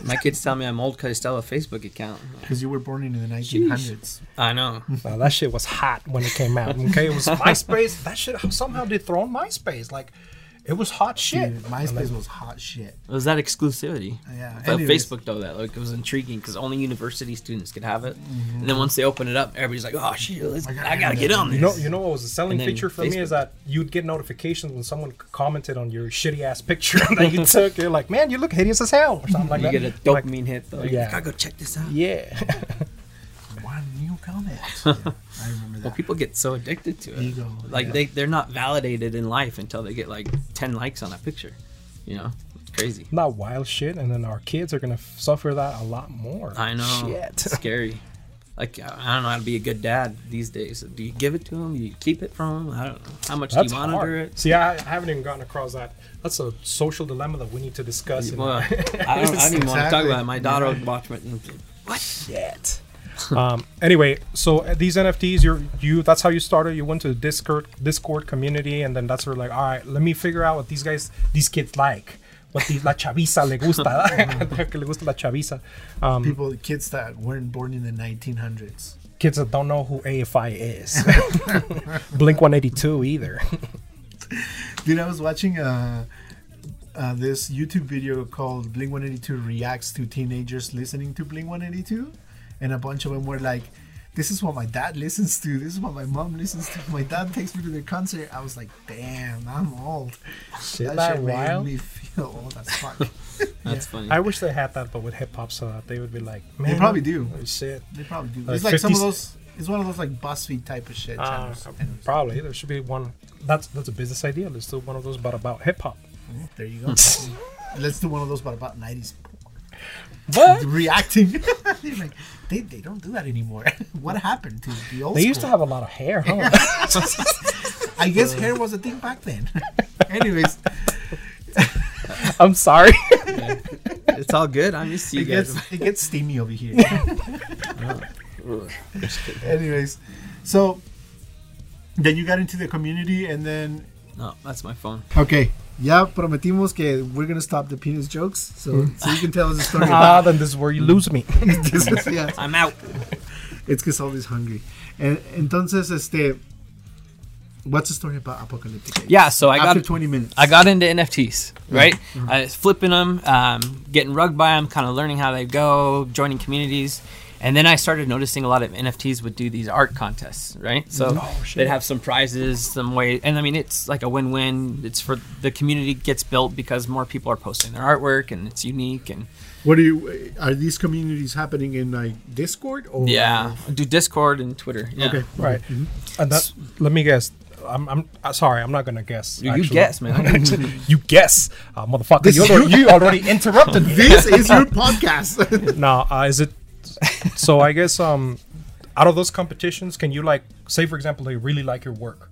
[SPEAKER 4] my kids tell me I'm old because I still have a Facebook account.
[SPEAKER 1] because you were born in the 1900s.
[SPEAKER 4] I know.
[SPEAKER 3] Now, that shit was hot when it came out. Okay, it was MySpace. That shit somehow dethroned MySpace. Like, it was hot shit.
[SPEAKER 1] Dude, MySpace was hot shit.
[SPEAKER 4] It was that exclusivity.
[SPEAKER 1] Yeah,
[SPEAKER 4] But
[SPEAKER 1] anyways.
[SPEAKER 4] Facebook though that like it was intriguing because only university students could have it,
[SPEAKER 3] Mm-hmm.
[SPEAKER 4] and then once they open it up, everybody's like, "Oh shit, let's, I,
[SPEAKER 1] gotta
[SPEAKER 4] gotta
[SPEAKER 1] get
[SPEAKER 4] get on this."
[SPEAKER 3] You know, you know what was the selling
[SPEAKER 4] And then
[SPEAKER 3] feature for me is
[SPEAKER 4] Facebook.
[SPEAKER 3] that you'd get notifications when someone commented on your shitty ass picture that you took. You're like, man, you look hideous as hell, or something like
[SPEAKER 4] You
[SPEAKER 3] that.
[SPEAKER 4] get a
[SPEAKER 3] Like,
[SPEAKER 4] dopamine hit though.
[SPEAKER 3] Yeah.
[SPEAKER 4] Yeah, like, I go check this out.
[SPEAKER 3] yeah.
[SPEAKER 1] One new comment. Yeah, I remember
[SPEAKER 4] Well,
[SPEAKER 1] that.
[SPEAKER 4] people get so addicted to it.
[SPEAKER 1] Ego,
[SPEAKER 4] like
[SPEAKER 1] yeah.
[SPEAKER 4] they they're not validated in life until they get like ten likes on a picture. You know, it's crazy.
[SPEAKER 3] Not wild shit, and then our kids are gonna f- suffer that a lot more.
[SPEAKER 4] I know.
[SPEAKER 3] Shit.
[SPEAKER 4] It's scary. Like I I don't know how to be a good dad these days. Do you give it to them? Do you keep it from them? I don't know. How much
[SPEAKER 3] That's
[SPEAKER 4] do you monitor
[SPEAKER 3] hard.
[SPEAKER 4] it?
[SPEAKER 3] See, I, I haven't even gotten across that. That's a social dilemma that we need to discuss. in-
[SPEAKER 4] Well, I don't, I don't even want to talk
[SPEAKER 1] Exactly.
[SPEAKER 4] about it. My daughter would watch it and
[SPEAKER 3] Shit. um, anyway, so uh, these NFTs, you're, you that's how you started. You went to the Discord Discord community, and then that's where like, all right, let me figure out what these guys, these kids like, what the, la chaviza le gusta, que le gusta la chaviza. Um,
[SPEAKER 1] People, kids that weren't born in the 1900s.
[SPEAKER 3] kids that don't know who AFI is, Blink 182 either.
[SPEAKER 1] Dude, I was watching uh, uh, this YouTube video called Bling 182 Reacts to Teenagers Listening to Bling 182. And a bunch of them were like, This is what my dad listens to. This is what my mom listens to. My dad takes me to their concert. I was like, Damn, I'm old.
[SPEAKER 3] Shit, that wild.
[SPEAKER 1] made me feel oh, old as fuck.
[SPEAKER 4] That's funny.
[SPEAKER 3] I wish they had that, but with hip hop, so that they would be like, man,
[SPEAKER 1] they probably do.
[SPEAKER 3] oh, Shit.
[SPEAKER 1] They probably do.
[SPEAKER 3] Like
[SPEAKER 1] it's like some of
[SPEAKER 3] 50
[SPEAKER 1] those. It's one of those like BuzzFeed type of shit.
[SPEAKER 3] Uh,
[SPEAKER 1] channels. And
[SPEAKER 3] probably there should be one. That's that's a business idea. Let's do one of those, but about hip hop.
[SPEAKER 1] there you go. Let's do one of those, but about 90s
[SPEAKER 3] What?
[SPEAKER 1] reacting.
[SPEAKER 5] exactly like they, they don't do that anymore. what happened to the old?
[SPEAKER 3] They used to
[SPEAKER 5] school?
[SPEAKER 3] have a lot of hair, huh?
[SPEAKER 5] I guess hair was a thing back then. Anyways,
[SPEAKER 3] I'm sorry.
[SPEAKER 4] It's all good. I'm used to you
[SPEAKER 5] it
[SPEAKER 4] guys.
[SPEAKER 5] gets it gets steamy over here. Anyways,
[SPEAKER 1] So then you got into the community and then
[SPEAKER 4] No, that's my phone.
[SPEAKER 5] okay. Ya prometimos que we're gonna stop the penis jokes, so
[SPEAKER 4] Mm.
[SPEAKER 5] so you can tell us a story.
[SPEAKER 3] ah, then this is where you lose me.
[SPEAKER 5] This is- yeah.
[SPEAKER 4] I'm out.
[SPEAKER 5] It's because always hungry. And entonces, este, what's the story about Apocalyptic? Age?
[SPEAKER 4] Yeah, so I got
[SPEAKER 5] After 20 minutes.
[SPEAKER 4] I got into NFTs, right? I was flipping them, um, getting rugged by them, kind of learning how they go, joining communities. And then I started noticing a lot of NFTs would do these art contests, right? So they'd have some prizes, some way. And I mean, it's like a win win. It's for the community gets built because more people are posting their artwork and it's unique. And
[SPEAKER 1] what do you are these communities happening in like Discord or
[SPEAKER 4] yeah, do Discord and Twitter. Yeah.
[SPEAKER 1] Okay.
[SPEAKER 3] Right. And that, let me guess. I'm, I'm uh, sorry. I'm not gonna guess.
[SPEAKER 4] You, you
[SPEAKER 3] actually.
[SPEAKER 4] guess, man.
[SPEAKER 3] you guess, uh, motherfucker. You already, you already interrupted me.
[SPEAKER 1] This is your podcast.
[SPEAKER 3] Now, uh, is it? So I guess um, out of those competitions, can you like say for example they really like your work,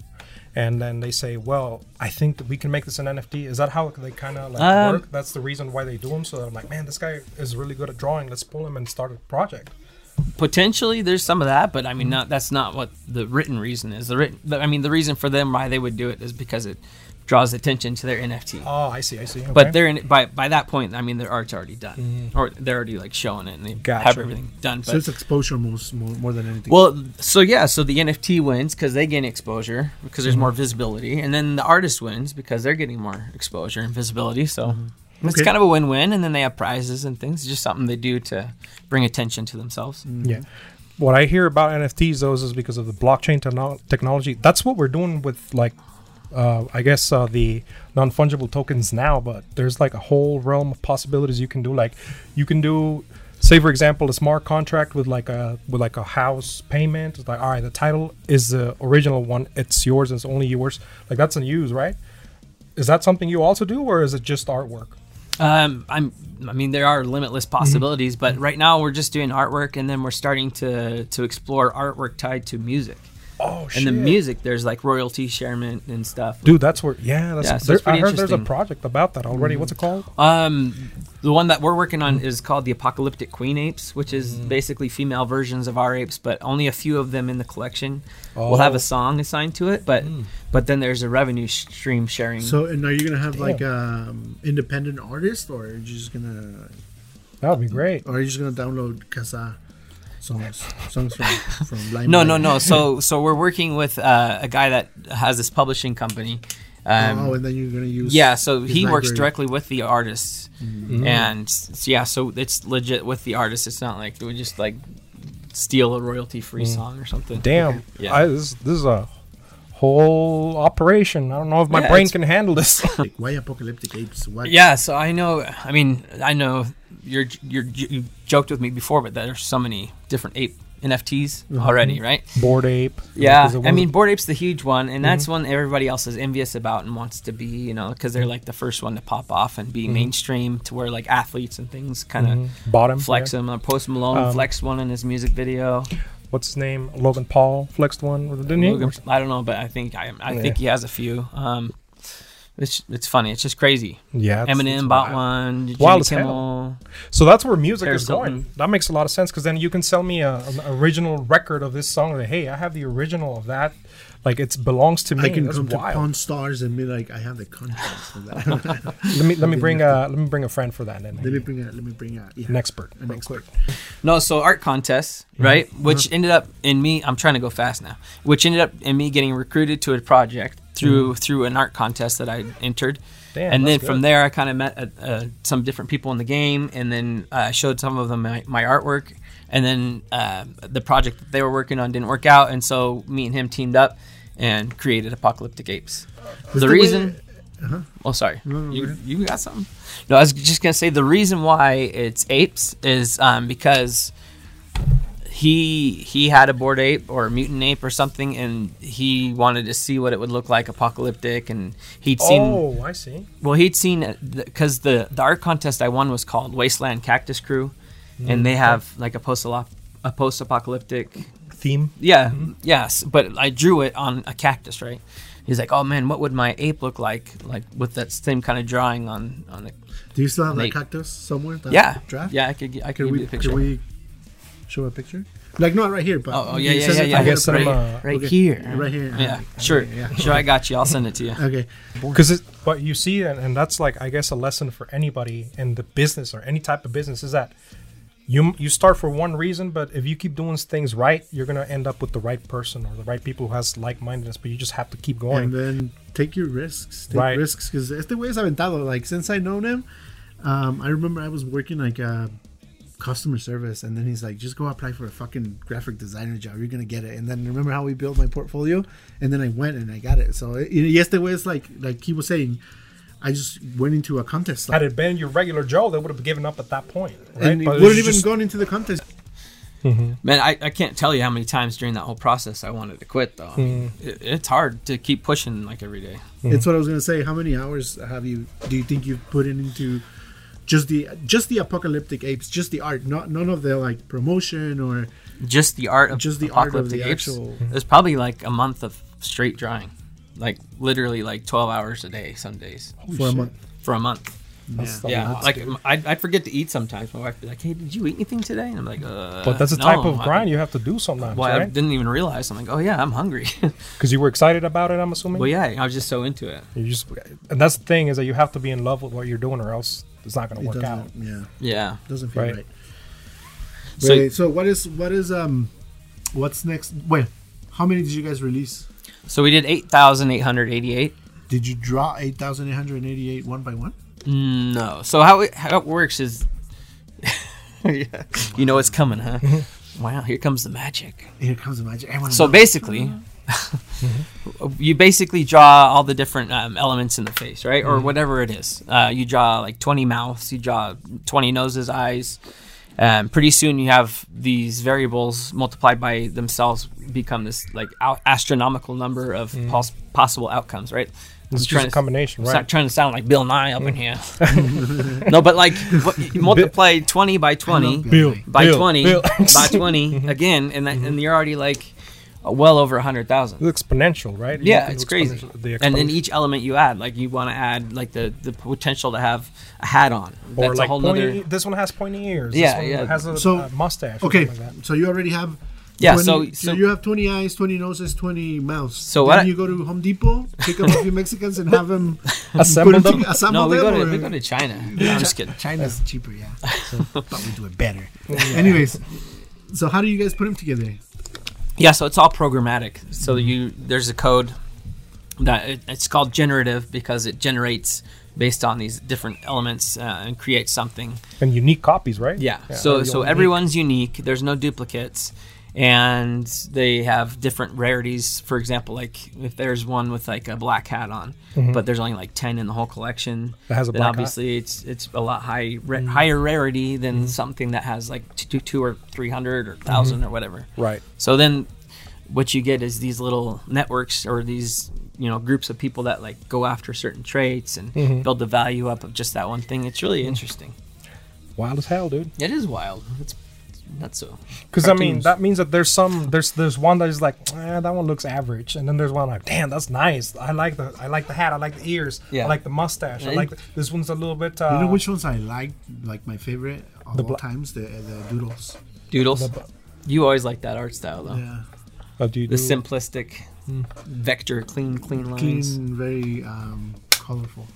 [SPEAKER 3] and then they say, well, I think that we can make this an NFT. Is that how they kind of like
[SPEAKER 4] Um,
[SPEAKER 3] work? That's the reason why they do them. So I'm like, man, this guy is really good at drawing. Let's pull him and start a project.
[SPEAKER 4] potentially there's some of that but i mean not, that's not what the written reason is the written but i mean the reason for them why they would do it is because it draws attention to their nft
[SPEAKER 3] Oh, I see. I see. Okay.
[SPEAKER 4] but they're in by by that point i mean their art's already done or they're already like showing it and they have
[SPEAKER 3] Gotcha.
[SPEAKER 4] everything done but
[SPEAKER 1] so it's exposure most, more, more than anything.
[SPEAKER 4] well so yeah so the nft wins because they gain exposure because there's more visibility and then the artist wins because they're getting more exposure and visibility so It's
[SPEAKER 1] Okay.
[SPEAKER 4] kind of a win-win, and then they have prizes and things. It's just something they do to bring attention to themselves.
[SPEAKER 3] Yeah. What I hear about NFTs, those is because of the blockchain techno- technology. That's what we're doing with, like, uh, I guess uh, the non fungible tokens now, but there's like a whole realm of possibilities you can do. Like, you can do, say, for example, a smart contract with like a with like a house payment. It's like, all right, the title is the original one. It's yours. It's only yours. Like, that's in use, right? Is that something you also do, or is it just artwork?
[SPEAKER 4] Um, I'm. I mean, there are limitless possibilities, but right now we're just doing artwork, and then we're starting to to explore artwork tied to music.
[SPEAKER 3] Oh
[SPEAKER 4] And the music, there's like royalty sharement and stuff.
[SPEAKER 3] Dude, that's where yeah, that's
[SPEAKER 4] Yeah, so
[SPEAKER 3] there-
[SPEAKER 4] it's pretty
[SPEAKER 3] I heard there's a
[SPEAKER 4] interesting.
[SPEAKER 3] project about that already. What's it called?
[SPEAKER 4] Um, the one that we're working on is called the Apocalyptic Queen Apes, which is
[SPEAKER 1] Mm.
[SPEAKER 4] basically female versions of our apes, but only a few of them in the collection. We'll have
[SPEAKER 3] Oh.
[SPEAKER 4] a song assigned to it, but but then there's a revenue sh- stream sharing.
[SPEAKER 1] Mm. so and are you gonna have like um independent artist or are you just gonna
[SPEAKER 3] That would be great.
[SPEAKER 1] or are you just gonna download Casa songs songs from from Lime
[SPEAKER 4] No, no, no. So so we're working with uh, a guy that has this publishing company. Um,
[SPEAKER 1] oh, and then you're gonna use
[SPEAKER 4] Yeah, so
[SPEAKER 1] his
[SPEAKER 4] he works
[SPEAKER 1] library. Mm-hmm.
[SPEAKER 4] directly with the artists, and s- yeah, so it's legit with the artist. It's not like we just like steal a royalty free
[SPEAKER 1] Mm.
[SPEAKER 4] song or something.
[SPEAKER 3] Damn.
[SPEAKER 4] Yeah.
[SPEAKER 3] I, this, this is a whole operation. I don't know if my
[SPEAKER 4] Yeah,
[SPEAKER 3] brain
[SPEAKER 4] it's-
[SPEAKER 3] can handle this.
[SPEAKER 1] Like, why apocalyptic apes? Why?
[SPEAKER 4] Yeah, so I know. I mean, I know you're you're you joked with me before, but there's so many different ape NFTs
[SPEAKER 3] Mm-hmm.
[SPEAKER 4] already, right?
[SPEAKER 3] Bored ape.
[SPEAKER 4] Yeah,
[SPEAKER 3] Is it one
[SPEAKER 4] I
[SPEAKER 3] of
[SPEAKER 4] mean, Bored Ape's the huge one, and
[SPEAKER 3] Mm-hmm.
[SPEAKER 4] that's one everybody else is envious about and wants to be, you know, because they're like the first one to pop off and be
[SPEAKER 3] Mm-hmm.
[SPEAKER 4] mainstream to where like athletes and things kind of
[SPEAKER 3] the bottom.
[SPEAKER 4] flex
[SPEAKER 3] yeah.
[SPEAKER 4] them. Uh, Post Malone
[SPEAKER 3] Um,
[SPEAKER 4] flexed one in his music video.
[SPEAKER 3] What's his name? Logan Paul flexed one, didn't he?
[SPEAKER 4] Logan- I don't know, but I think I, I
[SPEAKER 3] Yeah.
[SPEAKER 4] think he has a few. Um, it's it's funny. It's just crazy.
[SPEAKER 3] Yeah. it's- it's
[SPEAKER 4] Eminem bought
[SPEAKER 3] wild.
[SPEAKER 4] one. Jimmy
[SPEAKER 3] Wild as hell.
[SPEAKER 4] Kimmel.
[SPEAKER 3] So that's where music
[SPEAKER 4] Paris
[SPEAKER 3] is going.
[SPEAKER 4] Hilton.
[SPEAKER 3] That makes a lot of sense because then you can sell me a, an original record of this song. Like, hey, I have the original of that. Like it belongs to me.
[SPEAKER 1] I can
[SPEAKER 3] That's
[SPEAKER 1] come to
[SPEAKER 3] wild.
[SPEAKER 1] Pawn Stars and be like, I have the contract for that.
[SPEAKER 3] let me let me bring a let me bring a friend for that. Then
[SPEAKER 1] let me bring out. Let me bring out. Yeah.
[SPEAKER 3] an expert.
[SPEAKER 1] And then quick.
[SPEAKER 4] No, so art contests,
[SPEAKER 3] Mm-hmm.
[SPEAKER 4] right? Which ended up in me. I'm trying to go fast now. Which ended up in me getting recruited to a project through through an art contest that I entered.
[SPEAKER 3] Mm-hmm. Damn,
[SPEAKER 4] and then
[SPEAKER 3] that's
[SPEAKER 4] from
[SPEAKER 3] good.
[SPEAKER 4] there, I kind of met uh, uh, some different people in the game, and then uh, showed some of them my, my artwork. And then uh, the project that they were working on didn't work out, and so me and him teamed up and created Apocalyptic Apes. the
[SPEAKER 1] the way- Uh-huh.
[SPEAKER 4] reason. Oh, sorry. you, you got something? No, I was just going to say the reason why it's apes is um, because he he had a bored ape or a mutant ape or something, and he wanted to see what it would look like apocalyptic, and he'd seen
[SPEAKER 3] Oh, I see.
[SPEAKER 4] well he'd seen because the the art contest I won was called Wasteland Cactus Crew,
[SPEAKER 1] Mm,
[SPEAKER 4] and they have like a post a post apocalyptic
[SPEAKER 6] Theme.
[SPEAKER 4] yeah,
[SPEAKER 1] Mm-hmm.
[SPEAKER 4] yes. But I drew it on a cactus, right? He's like, oh man, what would my ape look like, like with that same kind of drawing on on the
[SPEAKER 1] Do you still have
[SPEAKER 4] Nate.
[SPEAKER 1] that cactus somewhere? That
[SPEAKER 4] yeah
[SPEAKER 1] Draft?
[SPEAKER 4] yeah I could gi- I
[SPEAKER 1] Can
[SPEAKER 4] could give
[SPEAKER 1] we,
[SPEAKER 4] you a
[SPEAKER 1] can
[SPEAKER 4] picture.
[SPEAKER 1] we show a picture? Like, not right here, but.
[SPEAKER 4] oh, oh yeah
[SPEAKER 1] it
[SPEAKER 4] yeah
[SPEAKER 1] says
[SPEAKER 4] yeah
[SPEAKER 1] it
[SPEAKER 4] yeah. um,
[SPEAKER 1] right
[SPEAKER 4] yeah.
[SPEAKER 1] here,
[SPEAKER 4] right,
[SPEAKER 1] but- Okay.
[SPEAKER 4] right here
[SPEAKER 1] Right here.
[SPEAKER 4] Yeah, sure sure. I got you. I'll send it to you.
[SPEAKER 1] Okay.
[SPEAKER 3] because what you see and, and that's like i guess a lesson for anybody in the business or any type of business is that you you start for one reason but if you keep doing things right you're gonna end up with the right person or the right people who has like-mindedness but you just have to keep
[SPEAKER 1] And
[SPEAKER 3] going
[SPEAKER 1] then take your risks. Take
[SPEAKER 3] Right.
[SPEAKER 1] risks. Because este way es aventado. Like, since I known him, um, I remember I was working like uh, customer service. And then he's like, just go apply for a fucking graphic designer job. You're going to get it. And then remember how we built my portfolio? And then I went and I got it. So, y- y este way is like, like he was saying, I just went into a contest.
[SPEAKER 3] had
[SPEAKER 1] Like,
[SPEAKER 3] it been your regular joe they would have given up at that point right
[SPEAKER 1] and it
[SPEAKER 3] But it's
[SPEAKER 1] wouldn't even
[SPEAKER 3] just-
[SPEAKER 1] gone into the contest.
[SPEAKER 4] Man, I, I can't tell you how many times during that whole process I wanted to quit though. I mean,
[SPEAKER 1] Hmm.
[SPEAKER 4] it, it's hard to keep pushing like every day.
[SPEAKER 1] It's what I was gonna say. How many hours have you? Do you think you've put in into just the just the apocalyptic apes, just the art, not none of the like promotion or
[SPEAKER 4] Just the art of
[SPEAKER 1] Just the art of
[SPEAKER 4] apocalyptic
[SPEAKER 1] the
[SPEAKER 4] apes.
[SPEAKER 1] actual-
[SPEAKER 4] It was probably like a month of straight drawing, like literally like twelve hours a day some days
[SPEAKER 1] for a month.
[SPEAKER 4] for a month.
[SPEAKER 3] That's the
[SPEAKER 4] Yeah,
[SPEAKER 3] nuts,
[SPEAKER 4] like
[SPEAKER 3] dude.
[SPEAKER 4] m- I'd, I'd forget to eat sometimes. My wife would be like, "Hey, did you eat anything today?" And I'm like, uh,
[SPEAKER 3] but that's the
[SPEAKER 4] no,
[SPEAKER 3] type of
[SPEAKER 4] I-
[SPEAKER 3] grind you have to do sometimes
[SPEAKER 4] Well, I
[SPEAKER 3] right
[SPEAKER 4] didn't even realize. I'm like, "Oh yeah, I'm hungry."
[SPEAKER 3] because you were excited about it i'm assuming
[SPEAKER 4] well, yeah, I was just so into it.
[SPEAKER 3] you just and that's the thing is that you have to be in love with what you're doing or else it's not gonna
[SPEAKER 1] It
[SPEAKER 3] work
[SPEAKER 1] doesn't,
[SPEAKER 3] out
[SPEAKER 1] yeah,
[SPEAKER 4] Yeah.
[SPEAKER 1] doesn't feel
[SPEAKER 3] Right.
[SPEAKER 1] right.
[SPEAKER 4] So-
[SPEAKER 1] Wait, so what is what is um, what's next? Wait, how many did you guys release?
[SPEAKER 4] So we did eight thousand eight hundred eighty-eight.
[SPEAKER 1] Did you draw eight thousand eight hundred eighty-eight one by one?
[SPEAKER 4] No. So how it, how it works is, yeah, you know it's coming, huh? wow, here comes the magic.
[SPEAKER 1] Here comes the magic. Everyone
[SPEAKER 4] So
[SPEAKER 3] Mm-hmm.
[SPEAKER 1] loves-
[SPEAKER 4] basically, you basically draw all the different um, elements in the face, right,
[SPEAKER 3] Mm-hmm.
[SPEAKER 4] or whatever it is. Uh, you draw like twenty mouths, you draw twenty noses, eyes. Um, pretty soon, you have these variables multiplied by themselves become this like out- astronomical number of pos- possible outcomes, right? I'm
[SPEAKER 3] Mm-hmm. it's
[SPEAKER 4] trying
[SPEAKER 3] just a
[SPEAKER 4] to-
[SPEAKER 3] combination
[SPEAKER 4] Stop
[SPEAKER 3] right
[SPEAKER 4] trying to sound like Bill Nye up in here. no, but like what, you multiply twenty by twenty
[SPEAKER 1] Bill.
[SPEAKER 4] by
[SPEAKER 3] Bill,
[SPEAKER 4] twenty
[SPEAKER 3] Bill. Mm-hmm.
[SPEAKER 4] by twenty again, and that, and you're already like uh, well over a hundred thousand.
[SPEAKER 3] it's exponential right You
[SPEAKER 4] Yeah,
[SPEAKER 3] can
[SPEAKER 4] it's
[SPEAKER 3] do
[SPEAKER 4] crazy.
[SPEAKER 3] exponential- the
[SPEAKER 4] and then
[SPEAKER 3] exponential.
[SPEAKER 4] each element you add, like you want to add like the the potential to have a hat on.
[SPEAKER 3] or
[SPEAKER 4] That's
[SPEAKER 3] like
[SPEAKER 4] a whole
[SPEAKER 3] pointy, e-,
[SPEAKER 4] nother.
[SPEAKER 3] this one has pointy ears.
[SPEAKER 4] Yeah,
[SPEAKER 3] this one
[SPEAKER 4] yeah.
[SPEAKER 3] Has a,
[SPEAKER 1] So-
[SPEAKER 3] a mustache. or
[SPEAKER 1] Okay,
[SPEAKER 3] something like that.
[SPEAKER 1] so you already have.
[SPEAKER 4] Yeah,
[SPEAKER 1] 20
[SPEAKER 4] so- so-
[SPEAKER 1] you have twenty eyes, twenty noses, twenty mouths.
[SPEAKER 4] So
[SPEAKER 1] So
[SPEAKER 4] what
[SPEAKER 1] then
[SPEAKER 4] I-
[SPEAKER 1] you go to Home Depot, pick up a few Mexicans, and have them
[SPEAKER 3] Assemble
[SPEAKER 1] put it
[SPEAKER 3] them?
[SPEAKER 1] to- Assemble
[SPEAKER 4] No, we
[SPEAKER 1] them.
[SPEAKER 4] go to
[SPEAKER 1] or-
[SPEAKER 4] we go to China. No, I'm just kidding.
[SPEAKER 1] China's cheaper, yeah. So, but we do it better. Anyways, so how do you guys put them together?
[SPEAKER 4] Yeah, so it's all programmatic. So you there's a code that it, it's called generative because it generates based on these different elements uh, and creates something.
[SPEAKER 3] And unique copies, right?
[SPEAKER 4] Yeah. so
[SPEAKER 3] they're
[SPEAKER 4] so
[SPEAKER 3] unique.
[SPEAKER 4] everyone's unique. There's no duplicates, and they have different rarities. For example, like if there's one with like a black hat on, but there's only like ten in the whole collection.
[SPEAKER 3] Mm-hmm. That has a
[SPEAKER 4] then
[SPEAKER 3] black hat. Mm-hmm.
[SPEAKER 4] obviously it's it's a lot high ra- higher rarity than something that has like two two or three hundred or 1000
[SPEAKER 3] Mm-hmm.
[SPEAKER 4] or whatever.
[SPEAKER 3] Right.
[SPEAKER 4] So then what you get is these little networks or these you know groups of people that like go after certain traits and
[SPEAKER 3] Mm-hmm.
[SPEAKER 4] build the value up of just that one thing. It's really interesting.
[SPEAKER 3] Wild as hell, dude.
[SPEAKER 4] It is wild. It's it's nuts. So
[SPEAKER 3] Because I mean, that means that there's some there's there's one that is like, ah, that one looks average, and then there's one like, damn, that's nice. I like the I like the hat. I like the ears.
[SPEAKER 4] Yeah.
[SPEAKER 3] I like the mustache. I
[SPEAKER 4] And-
[SPEAKER 3] like the, this one's a little bit. Uh,
[SPEAKER 1] You know which ones I like, like my favorite of
[SPEAKER 3] The
[SPEAKER 1] all
[SPEAKER 3] bla-
[SPEAKER 1] times, the uh, the doodles.
[SPEAKER 4] doodles. You always like that art style though.
[SPEAKER 1] Yeah,
[SPEAKER 3] Oh, do you
[SPEAKER 4] The
[SPEAKER 3] do-
[SPEAKER 4] simplistic mm, vector, clean, clean lines.
[SPEAKER 1] clean, very um, colorful.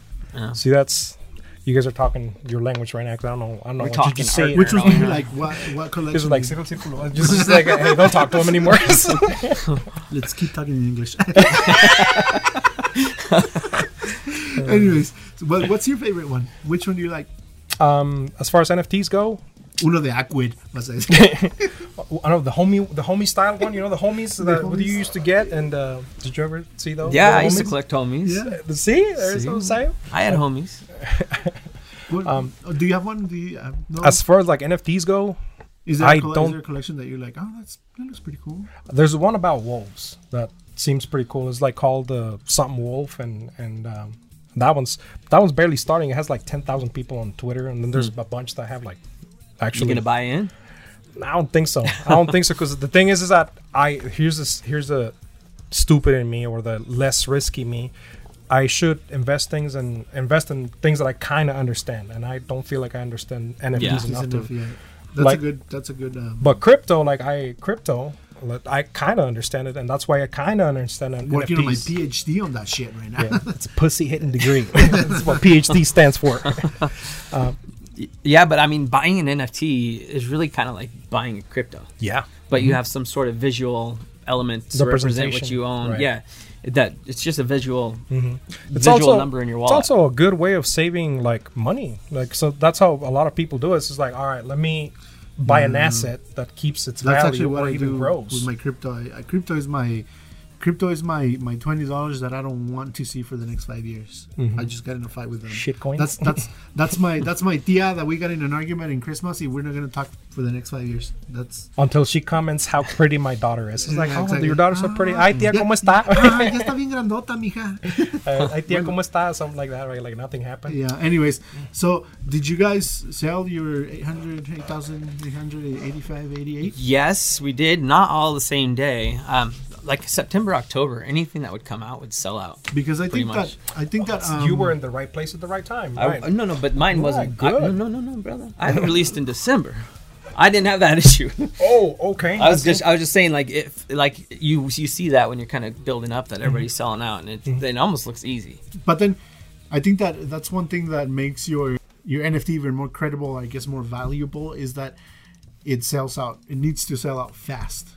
[SPEAKER 3] See, that's you guys are talking your language right now. 'cause I don't know. I don't know.
[SPEAKER 4] We're
[SPEAKER 3] what
[SPEAKER 4] talking
[SPEAKER 3] you just say.
[SPEAKER 4] art.
[SPEAKER 1] Which
[SPEAKER 4] Fair
[SPEAKER 1] ones do you
[SPEAKER 4] enough.
[SPEAKER 1] like? What what collection?
[SPEAKER 3] It's like
[SPEAKER 1] do
[SPEAKER 3] "Círculo, círculo." just, just like hey, don't talk to him anymore.
[SPEAKER 1] you- let's keep talking in English. Anyways, so what, what's your favorite one? Which one do you like?
[SPEAKER 3] um, as far as NFTs go,
[SPEAKER 1] Uno de Aquid, vas a decir.
[SPEAKER 3] I know the homie, the homie style one. You know the homies that what you
[SPEAKER 1] homies.
[SPEAKER 3] used to get. And uh, did you ever see those?
[SPEAKER 4] Yeah,
[SPEAKER 3] the
[SPEAKER 4] I used to
[SPEAKER 3] homies?
[SPEAKER 4] collect homies.
[SPEAKER 1] Yeah.
[SPEAKER 3] Uh, See, there's
[SPEAKER 4] See?
[SPEAKER 3] what I'm saying.
[SPEAKER 4] I had homies.
[SPEAKER 1] What- oh, do you have one? Do you have, no?
[SPEAKER 3] Um, As far as like NFTs go,
[SPEAKER 1] is, there a
[SPEAKER 3] I
[SPEAKER 1] colle-
[SPEAKER 3] don't-
[SPEAKER 1] is there a collection that you're like, oh, that's that looks pretty cool?
[SPEAKER 3] there's one about wolves that seems pretty cool. It's like called uh, something wolf, and and um, that one's that one's barely starting. It has like ten thousand people on Twitter, and then there's a bunch that have like
[SPEAKER 4] Hmm. You
[SPEAKER 3] Actually,
[SPEAKER 4] gonna buy in?
[SPEAKER 3] I don't think so. I don't think so because the thing is, is that I here's this here's the stupid in me or the less risky me. I should invest things and invest in things that I kind of understand, and I don't feel like I understand NFTs
[SPEAKER 4] Yeah. It's
[SPEAKER 3] enough,
[SPEAKER 1] enough
[SPEAKER 3] to.
[SPEAKER 1] yet. That's
[SPEAKER 3] Like-
[SPEAKER 1] a good. That's a good. Um,
[SPEAKER 3] But crypto, like I crypto, like, I kind of understand it, and that's why I kind of understand it.
[SPEAKER 1] working on my PhD on that shit right now.
[SPEAKER 3] Yeah, it's pussy hitting degree. That's what PhD stands for.
[SPEAKER 4] Yeah, but I mean, buying an NFT is really kind of like buying a crypto,
[SPEAKER 3] Yeah.
[SPEAKER 4] but you have some sort of visual element to represent what
[SPEAKER 3] Representation,
[SPEAKER 4] you own.
[SPEAKER 3] right.
[SPEAKER 4] Yeah, that it's just a visual visual number in your wallet.
[SPEAKER 3] It's also a good way of saving like money. Like so that's how a lot of people do it. It's just like, all right, let me buy an asset that keeps its
[SPEAKER 1] Mm. That's
[SPEAKER 3] value
[SPEAKER 1] actually what
[SPEAKER 3] or
[SPEAKER 1] I
[SPEAKER 3] even
[SPEAKER 1] do
[SPEAKER 3] grows.
[SPEAKER 1] with my crypto. I, I, crypto is my crypto is my my twenty dollars that I don't want to see for the next five years.
[SPEAKER 3] Mm-hmm.
[SPEAKER 1] I just got in a fight with them.
[SPEAKER 3] Shitcoin?
[SPEAKER 1] That's that's that's my that's my tia that we got in an argument in Christmas. and We're not gonna talk for the next five years. That's
[SPEAKER 3] Until she comments how pretty my daughter is. It's like,
[SPEAKER 1] Yeah,
[SPEAKER 3] oh,
[SPEAKER 1] exactly.
[SPEAKER 3] your daughter's so pretty. Ay, tía, ¿cómo está?
[SPEAKER 1] ah, ya está bien grandota, mija.
[SPEAKER 3] Ay, tía, ¿cómo está? Something like that, right? Like nothing happened.
[SPEAKER 1] Yeah. Anyways, so did you guys sell your 800, 8,000, 885, 88?
[SPEAKER 4] Yes, we did. Not all the same day. Um, like September, October, anything that would come out would sell out.
[SPEAKER 1] Because I
[SPEAKER 4] Pretty
[SPEAKER 1] think
[SPEAKER 4] much.
[SPEAKER 1] that I think that um,
[SPEAKER 3] you were in the right place at the right time.
[SPEAKER 4] I-
[SPEAKER 3] Right.
[SPEAKER 4] no, no, but mine
[SPEAKER 3] Yeah,
[SPEAKER 4] wasn't. I-
[SPEAKER 3] good.
[SPEAKER 4] no, no, no, brother. I released in December. I didn't have that issue.
[SPEAKER 3] oh, okay.
[SPEAKER 4] I was
[SPEAKER 3] That's
[SPEAKER 4] just, I was just saying, like if, like you, you see that when you're kind of building up that everybody's selling out, and it, then it almost looks easy.
[SPEAKER 1] but then I think that that's one thing that makes your your NFT even more credible, I guess more valuable is that it sells out. It needs to sell out fast.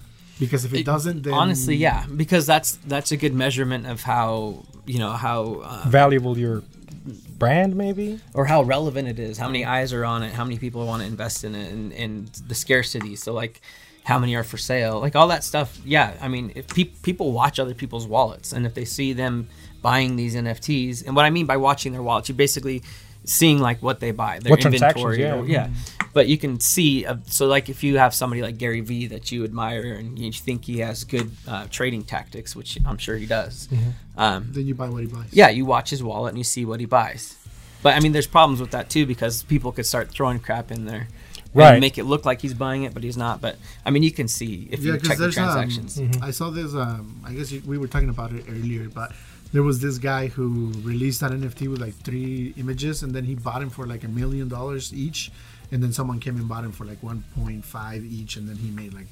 [SPEAKER 1] Because if it,
[SPEAKER 4] It-
[SPEAKER 1] doesn't then
[SPEAKER 4] Honestly, yeah, because that's that's a good measurement of how you know how uh,
[SPEAKER 3] valuable your brand, maybe.
[SPEAKER 4] or how relevant it is, how many eyes are on it, how many people want to invest in it, and, and the scarcity. So like, how many are for sale, like all that stuff. Yeah, I mean, if peop people watch other people's wallets, and if they see them buying these NFTs, and what I mean by watching their wallets, you basically seeing like what they buy, their
[SPEAKER 3] What transactions,
[SPEAKER 4] inventory,
[SPEAKER 3] yeah.
[SPEAKER 4] or- yeah. But you can see, uh, so like if you have somebody like Gary Vee that you admire and you think he has good uh, trading tactics, which I'm sure he does,
[SPEAKER 3] Mm-hmm.
[SPEAKER 4] um,
[SPEAKER 1] then you buy what he buys.
[SPEAKER 4] yeah, you watch his wallet and you see what he buys. But I mean, there's problems with that too because people could start throwing crap in there,
[SPEAKER 3] Right.
[SPEAKER 4] And make it look like he's buying it, but he's not. But I mean, you can see if
[SPEAKER 1] Yeah,
[SPEAKER 4] you
[SPEAKER 1] because
[SPEAKER 4] check the
[SPEAKER 1] there's um,
[SPEAKER 4] transactions.
[SPEAKER 3] Mm-hmm.
[SPEAKER 1] I saw this. Um, I guess you, we were talking about it earlier, but there was this guy who released that NFT with like three images, and then he bought him for like a million dollars each, and then someone came and bought him for like 1.5 each, and then he made like